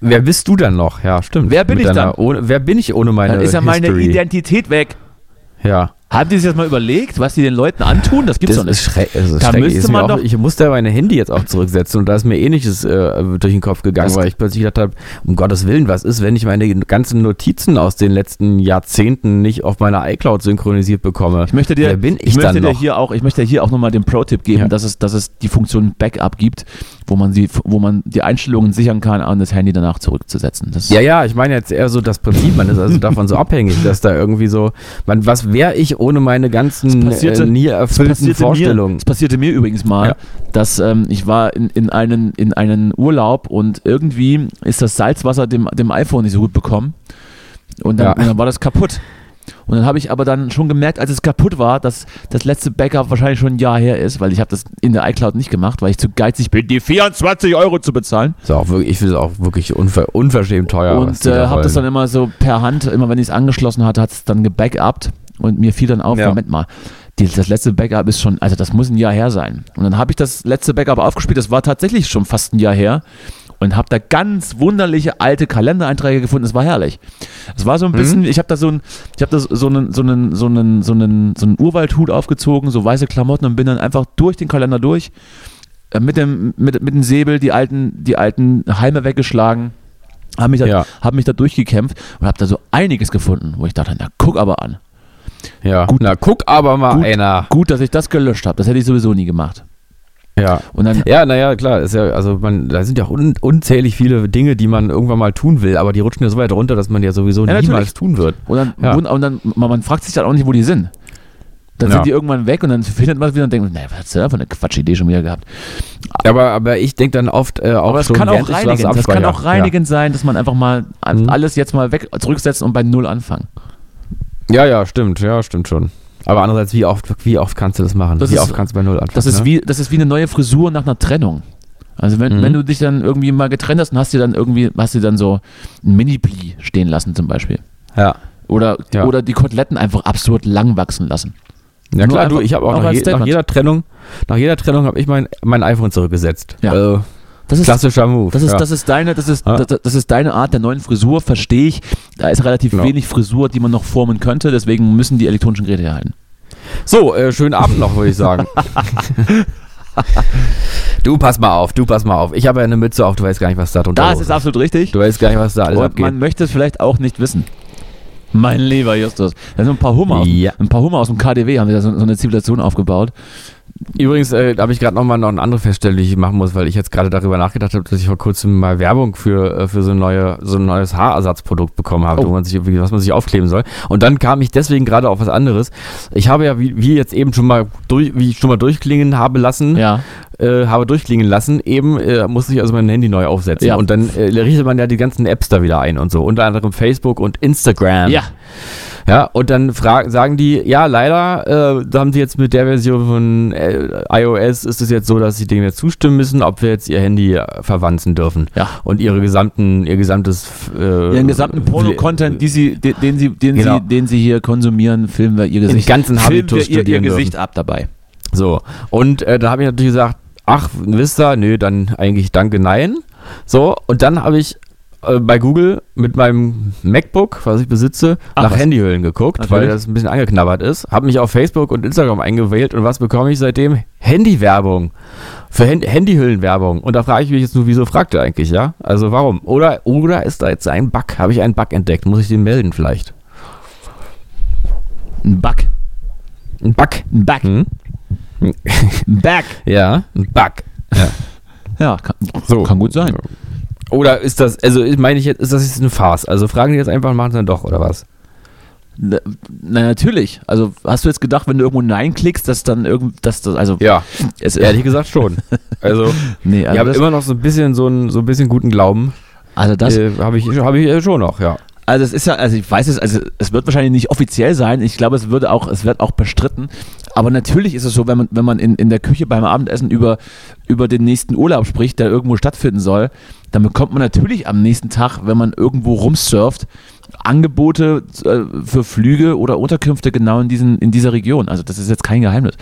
Wer bist du dann noch? Ja, stimmt.
Wer bin
Mit
ich
deiner-
dann?
Ohne, wer bin ich ohne meine
Dann ist ja meine
History?
Identität weg.
Ja.
Habt ihr sich das mal überlegt, was die den Leuten antun? Das gibt's
Das
doch nicht.
ist schrecklich. Also
Da
schrecklich.
müsste
Ist mir
man
auch,
doch-
ich musste mein Handy jetzt auch zurücksetzen und da ist mir ähnliches äh, durch den Kopf gegangen,
Das-
weil ich plötzlich gedacht habe, um Gottes Willen, was ist, wenn ich meine ganzen Notizen aus den letzten Jahrzehnten nicht auf meiner iCloud synchronisiert bekomme?
Ich möchte dir,
Wer bin ich,
ich möchte
dann
dir
noch?
hier auch, ich möchte dir hier auch nochmal den Pro-Tipp geben,
Ja.
dass, es, dass es die Funktion Backup gibt, wo man sie, wo man die Einstellungen sichern kann, an das Handy danach zurückzusetzen. Das
Ja, ja, ich meine jetzt eher so das Prinzip, man ist also davon so abhängig, dass da irgendwie so, man, was wäre ich ohne meine ganzen
Es passierte-
äh, nie erfüllten
Mir,
Vorstellungen?
es passierte mir übrigens mal,
Ja.
dass ähm, ich war in, in, einen, in einen Urlaub und irgendwie ist das Salzwasser dem, dem iPhone nicht so gut bekommen. Und dann,
Ja.
und dann war das kaputt. Und dann habe ich aber dann schon gemerkt, als es kaputt war, dass das letzte Backup wahrscheinlich schon ein Jahr her ist, weil ich habe das in der iCloud nicht gemacht, weil ich zu geizig bin, die 24 Euro zu bezahlen.
Ist auch wirklich, ich finde es auch wirklich unver, unverschämt teuer. was
und
die da
äh, habe das
wollen.
dann immer so per Hand, immer wenn ich es angeschlossen hatte, hat es dann gebackupt und mir fiel dann auf,
Ja.
Moment mal, die, das letzte Backup ist schon, also das muss ein Jahr her sein. Und dann habe ich das letzte Backup aufgespielt, das war tatsächlich schon fast ein Jahr her und habe da ganz wunderliche alte Kalendereinträge gefunden, es war herrlich. Es war so
Mhm.
ein bisschen, ich habe da so ein, ich habe da so so einen so einen so einen so einen so einen Urwaldhut aufgezogen, so weiße Klamotten und bin dann einfach durch den Kalender durch äh, mit dem mit, mit dem Säbel die alten die alten Halme weggeschlagen. Hab mich, da,
Ja.
hab mich da durchgekämpft und hab da so einiges gefunden, wo ich dachte, na guck aber an.
Ja,
Gut.
na guck aber mal
Gut.
einer.
Gut, dass ich das gelöscht habe, das hätte ich sowieso nie gemacht.
Ja.
Und dann,
Ja, naja, klar, ist ja, also man, da sind ja un, unzählig viele Dinge, die man irgendwann mal tun will, aber die rutschen ja so weit runter, dass man ja sowieso
Ja, natürlich.
niemals tun wird.
und dann,
Ja.
und, und dann man, man fragt sich dann auch nicht, wo die sind. Dann
Ja.
sind die irgendwann weg und dann findet man es wieder und denkt, naja, was hast du da für eine Quatschidee schon wieder gehabt.
Aber, aber ich denke dann oft äh, auch
Aber es
schon
kann auch
während ich was
reinigend, das kann
abspeichere.
auch reinigend sein, dass man einfach mal an-
Mhm.
alles jetzt mal weg zurücksetzen und bei Null anfangen.
Ja. ja, ja, stimmt, ja, stimmt schon. Aber andererseits, wie oft, wie oft kannst du das machen?
Das
wie
ist-
oft kannst du bei Null anfangen?
Das ist
ne?
wie, das ist wie eine neue Frisur nach einer Trennung. Also wenn,
Mhm.
wenn du dich dann irgendwie mal getrennt hast und hast dir dann irgendwie, hast dir dann so ein Mini-Pli stehen lassen zum Beispiel.
Ja.
Oder,
Ja.
oder die Koteletten einfach absurd lang wachsen lassen.
Ja
Nur
klar,
einfach-
du, ich habe auch
auch
nach,
als
je, nach
Statement.
jeder Trennung, nach jeder Trennung habe ich mein, mein iPhone zurückgesetzt.
Ja.
Also,
Das ist,
klassischer Move.
das ist,
ja.
das ist deine, das ist,
Ja.
das, das ist deine Art der neuen Frisur, verstehe ich. Da ist relativ
Genau.
wenig Frisur, die man noch formen könnte, deswegen müssen die elektronischen Geräte erhalten.
So, äh, schönen Abend noch, würde ich sagen. du pass mal auf, du pass mal auf. Ich habe ja eine Mütze auf, du weißt gar nicht, was da drunter
Das
los
ist absolut richtig.
Du weißt gar nicht, was da alles
Und
abgeht.
man möchte es vielleicht auch nicht wissen. Mein lieber Justus, da sind ein paar Hummer, aus-
Ja.
ein paar Hummer aus dem KDW haben wir da so, so eine Zivilisation aufgebaut.
Übrigens äh, habe ich gerade nochmal noch eine andere Feststellung, die ich machen muss, weil ich jetzt gerade darüber nachgedacht habe, dass ich vor kurzem mal Werbung für, äh, für so, ein neue, so ein neues Haarersatzprodukt bekommen habe,
Oh.
wo man sich, irgendwie- was man sich aufkleben soll. Und dann kam ich deswegen gerade auf was anderes. Ich habe ja, wie, wie jetzt eben schon mal, durch, wie ich schon mal durchklingen habe lassen,
Ja,
äh, habe durchklingen lassen, eben äh, musste ich also mein Handy neu aufsetzen.
Ja.
Und dann äh, richtet man ja die ganzen Apps da wieder ein und so, unter anderem Facebook und Instagram.
ja,
Ja, und dann fragen, sagen die, ja, leider äh, haben sie jetzt mit der Version von äh, iOS ist es jetzt so, dass sie dem jetzt zustimmen müssen, ob wir jetzt ihr Handy äh, verwanzen dürfen.
ja.
Und ihre gesamten, ihr gesamtes äh,
Ihren gesamten Porno-Content, die sie, den, den, sie, den,
Genau.
sie, den sie hier konsumieren, filmen wir ihr
den
Gesicht.
ganzen
Filmen
Habitus
wir ihr, ihr
studieren dürfen.
Gesicht ab dabei.
So, und äh, da habe ich natürlich gesagt, ach, wisst ihr, nö, dann eigentlich danke, nein. So, und dann habe ich äh, bei Google mit meinem MacBook, was ich besitze,
Ach,
nach
was?
Handyhüllen geguckt, weil
Natürlich.
das ein bisschen angeknabbert ist. Habe mich auf Facebook und Instagram eingewählt und was bekomme ich seitdem? Handywerbung. Für Hand Handyhüllenwerbung. Und da frage ich mich jetzt nur, wieso fragt ihr eigentlich, ja? Also warum? Oder, oder ist da jetzt ein Bug? Habe ich einen Bug entdeckt? Muss ich den melden vielleicht?
Ein Bug,
Ein Bug?
ein Bug,
Hm?
ein Bug.
Ja, ein Bug.
Ja, kann,
So.
kann gut sein.
Oder ist das, also ich meine ich jetzt, ist das jetzt eine Farce? Also fragen die jetzt einfach, machen sie dann doch, oder was?
Na, na natürlich. Also hast du jetzt gedacht, wenn du irgendwo Nein klickst, dass dann irgend, dass das, also
Ja.
es
Ehrlich gesagt schon. Also,
nee,
ich
also
habe
das,
immer noch so ein bisschen so einen so ein bisschen guten Glauben.
also das,
Äh, habe ich, hab ich äh, schon noch, ja.
also es ist ja, also ich weiß es, also es wird wahrscheinlich nicht offiziell sein. Ich glaube, es würde auch, es wird auch bestritten. Aber natürlich ist es so, wenn man, wenn man in, in der Küche beim Abendessen über, über den nächsten Urlaub spricht, der irgendwo stattfinden soll, dann bekommt man natürlich am nächsten Tag, wenn man irgendwo rumsurft, Angebote äh, für Flüge oder Unterkünfte genau in diesen, in dieser Region. Also das ist jetzt kein Geheimnis.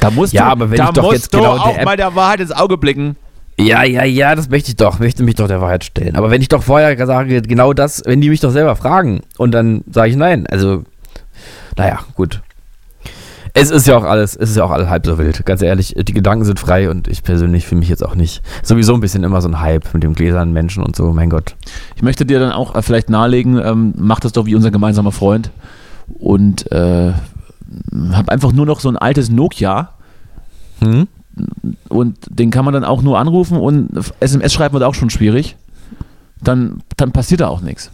Da musst
Ja,
du,
aber wenn
da
ich doch
musst
jetzt
du
genau der
auch
App-
mal der Wahrheit ins Auge blicken.
Ja, ja, ja, das möchte ich doch. Möchte mich doch der Wahrheit stellen. Aber wenn ich doch vorher sage, genau das, wenn die mich doch selber fragen und dann sage ich nein, also, naja, gut. Es ist ja auch alles, es ist ja auch alles halb so wild. Ganz ehrlich, die Gedanken sind frei und ich persönlich fühle mich jetzt auch nicht. Sowieso ein bisschen immer so ein Hype mit dem gläsernen Menschen und so, mein Gott.
Ich möchte dir dann auch äh, vielleicht nahelegen, ähm, mach das doch wie unser gemeinsamer Freund und äh, hab einfach nur noch so ein altes Nokia
Hm?
und den kann man dann auch nur anrufen und SMS schreiben wird auch schon schwierig. Dann, dann passiert da auch nichts.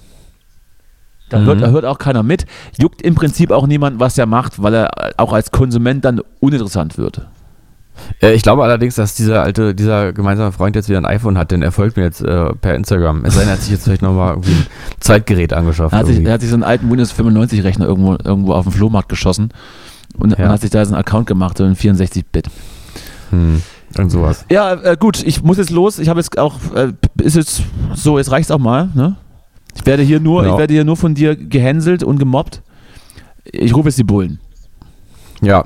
Da,
Mhm.
hört, da hört auch keiner mit, juckt im Prinzip auch niemand, was er macht, weil er äh, auch als Konsument dann uninteressant wird.
Äh, Ich glaube allerdings, dass dieser alte, dieser gemeinsame Freund jetzt wieder ein iPhone hat, denn er folgt mir jetzt äh, per Instagram. Es sei denn, er hat sich jetzt vielleicht nochmal irgendwie ein Zeitgerät angeschafft.
Er hat, sich,
irgendwie.
er hat sich so einen alten Windows 95 Rechner irgendwo, irgendwo auf dem Flohmarkt geschossen und,
Ja.
und hat sich da so einen Account gemacht, so einen 64-Bit.
Hm. Und sowas.
Ja, äh, gut, ich muss jetzt los. Ich habe jetzt auch, äh, ist jetzt so, jetzt reicht's auch mal. Ne? Ich werde hier nur,
Ja.
ich werde hier nur von dir gehänselt und gemobbt. Ich rufe jetzt die Bullen,
Ja.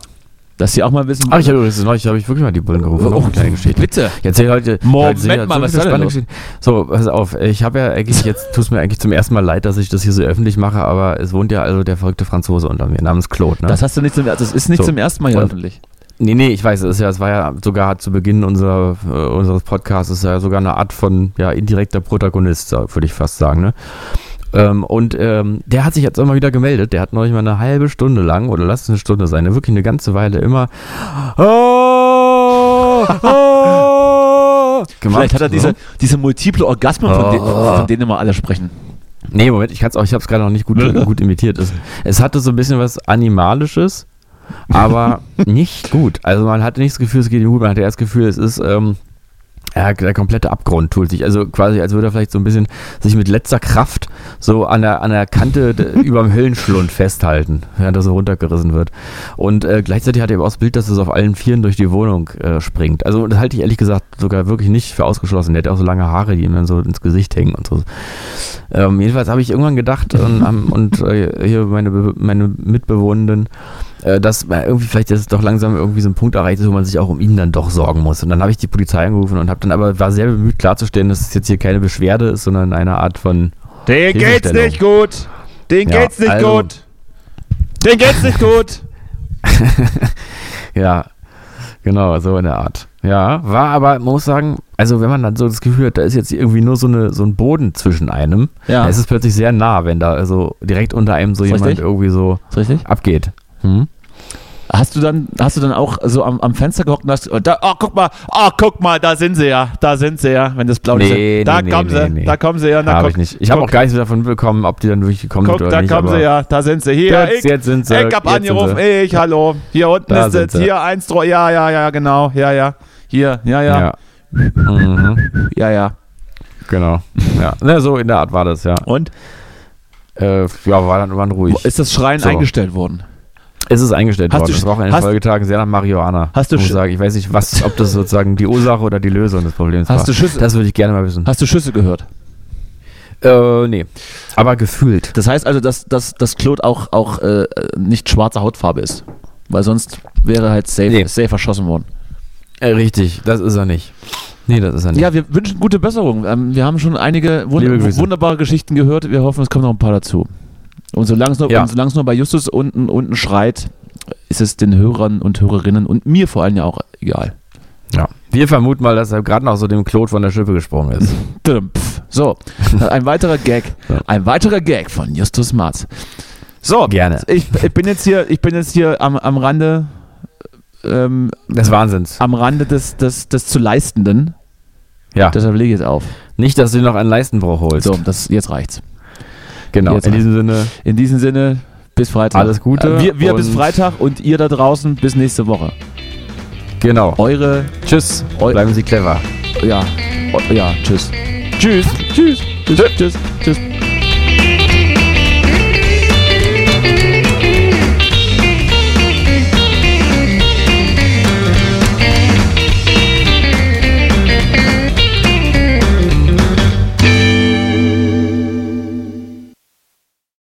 dass sie auch mal wissen. Oh,
Ach, Ah, ich habe übrigens neulich, habe ich wirklich mal die Bullen gerufen. Noch eine kleine Geschichte.
bitte.
Ich erzähl heute.
Moment
heute sicher
mal,
so
was
viele
ist da denn
spannende Geschichten. So, pass auf. Ich habe ja eigentlich, jetzt tut es mir eigentlich zum ersten Mal leid, dass ich das hier so öffentlich mache, aber es wohnt ja also der verrückte Franzose unter mir namens Claude. Ne?
Das hast du nicht zum, das ist nicht
So.
zum ersten Mal hier
Und-
öffentlich.
Nee, nee, ich weiß, es ist ja, es war ja sogar zu Beginn unserer, äh, unseres Podcasts, ist ja sogar eine Art von ja, indirekter Protagonist, sag- würde ich fast sagen. Ne? Ähm, und ähm, der hat sich jetzt immer wieder gemeldet. Der hat neulich mal eine halbe Stunde lang, oder lass es eine Stunde sein, ne, wirklich eine ganze Weile immer. "Ah, Oh, oh, gemacht,
Vielleicht hat er
so.
diese, diese multiple Orgasmen, von, de
Oh.
von denen immer alle sprechen.
Nee, Moment, ich kann's auch, ich hab's gerade noch nicht gut, gut imitiert. Es, es hatte so ein bisschen was Animalisches, aber nicht gut. Also man hatte nicht das Gefühl, es geht ihm gut, man hatte eher das Gefühl, es ist ähm, Ja, der komplette Abgrund tut sich. Also quasi, als würde er vielleicht so ein bisschen sich mit letzter Kraft so an der, an der Kante de- überm Höllenschlund festhalten, während er so runtergerissen wird. Und äh, gleichzeitig hat er eben auch das Bild, dass es auf allen Vieren durch die Wohnung äh, springt. Also das halte ich ehrlich gesagt sogar wirklich nicht für ausgeschlossen. Der hat ja auch so lange Haare, die ihm dann so ins Gesicht hängen und so. Ähm, jedenfalls habe ich irgendwann gedacht und, am- und äh, hier meine, Be- meine Mitbewohnenden, äh, dass man irgendwie vielleicht jetzt doch langsam irgendwie so ein Punkt erreicht ist, wo man sich auch um ihn dann doch sorgen muss. Und dann habe ich die Polizei angerufen und habe dann aber war sehr bemüht klarzustellen, dass es jetzt hier keine Beschwerde ist, sondern eine Art von
Den geht's
Hilfestellung.
nicht gut. Den
Ja,
geht's nicht
also-
gut. Den geht's nicht gut.
ja, genau, so in der Art. Ja, war aber, man muss sagen, also wenn man dann so das Gefühl hat, da ist jetzt irgendwie nur so, eine, so ein Boden zwischen einem,
Ja,
da ist es plötzlich sehr nah, wenn da also direkt unter einem so
Ist
jemand
richtig.
irgendwie so
ist richtig.
abgeht. Hm?
Hast du dann, hast du dann auch so am, am Fenster gehockt und hast, oh, da, oh, guck mal, oh, guck mal, da sind sie ja, da sind sie ja, wenn das blau
Nee,
ist.
nee,
da
nee,
kommen
nee,
sie,
nee.
da kommen sie ja, na,
Habe
guck,
ich nicht. Ich habe auch
guck.
gar nichts davon bekommen, ob die dann wirklich gekommen sind
guck,
oder
da
nicht.
kommen
aber-
sie ja, da sind sie, hier,
Jetzt,
ich,
jetzt sind sie.
ich hab
jetzt sind
angerufen,
sie.
ich, hallo, hier unten
Da
ist
sind
es,
sie.
hier, eins, drei, ja, ja, ja, genau, ja, ja, hier, ja, ja, ja,
Ja. Mhm,
ja,
genau. Ja. Na, so in der Art war das, ja.
Und,
Äh, ja, war dann waren ruhig.
ist das Schreien
So.
eingestellt worden?
Es ist eingestellt
Hast
worden.
du-
das war auch in den
hast-
Folgetagen sehr nach Marihuana.
Hast du
muss ich
sch-
sagen. Ich weiß nicht, was, ob das sozusagen die Ursache oder die Lösung des Problems
Hast
war.
du Schüsse,
das würde ich gerne mal wissen.
hast du Schüsse gehört?
Äh, nee. Aber gefühlt.
Das heißt also, dass, dass, dass Claude auch, auch äh, nicht schwarze Hautfarbe ist. Weil sonst wäre halt safe,
Nee.
safe erschossen worden.
Äh, richtig, das ist er nicht. Nee, das ist er nicht.
Ja, wir wünschen gute Besserung. Ähm, wir haben schon einige wund
Liebe Grüße.
wunderbare Geschichten gehört. Wir hoffen, es kommen noch ein paar dazu. Und solange es nur,
Ja.
und solange es nur bei Justus unten, unten schreit, ist es den Hörern und Hörerinnen und mir vor allem ja auch egal.
Ja. Wir vermuten mal, dass er gerade noch so dem Claude von der Schippe gesprungen ist.
Tudum, pf. So, ein weiterer Gag.
Ja.
Ein weiterer Gag von Justus Marz. So,
Gerne.
ich, ich bin jetzt hier, ich bin jetzt hier am, am Rande ähm,
Des Wahnsinns.
am Rande des, des, des zu Leistenden.
Ja.
Deshalb lege ich es auf.
Nicht, dass du dir noch einen Leistenbruch holst.
So, das, jetzt reicht's.
genau.
jetzt-
In diesem Sinne.
In diesem Sinne, bis Freitag.
Alles Gute
Äh, Wir, wir bis
und-
Freitag und ihr da draußen bis nächste Woche.
Genau.
Eure,
Tschüss.
Eu-
Bleiben Sie clever.
ja, eu- ja, tschüss. Tschüss, tschüss, tschüss, tschüss, tschüss.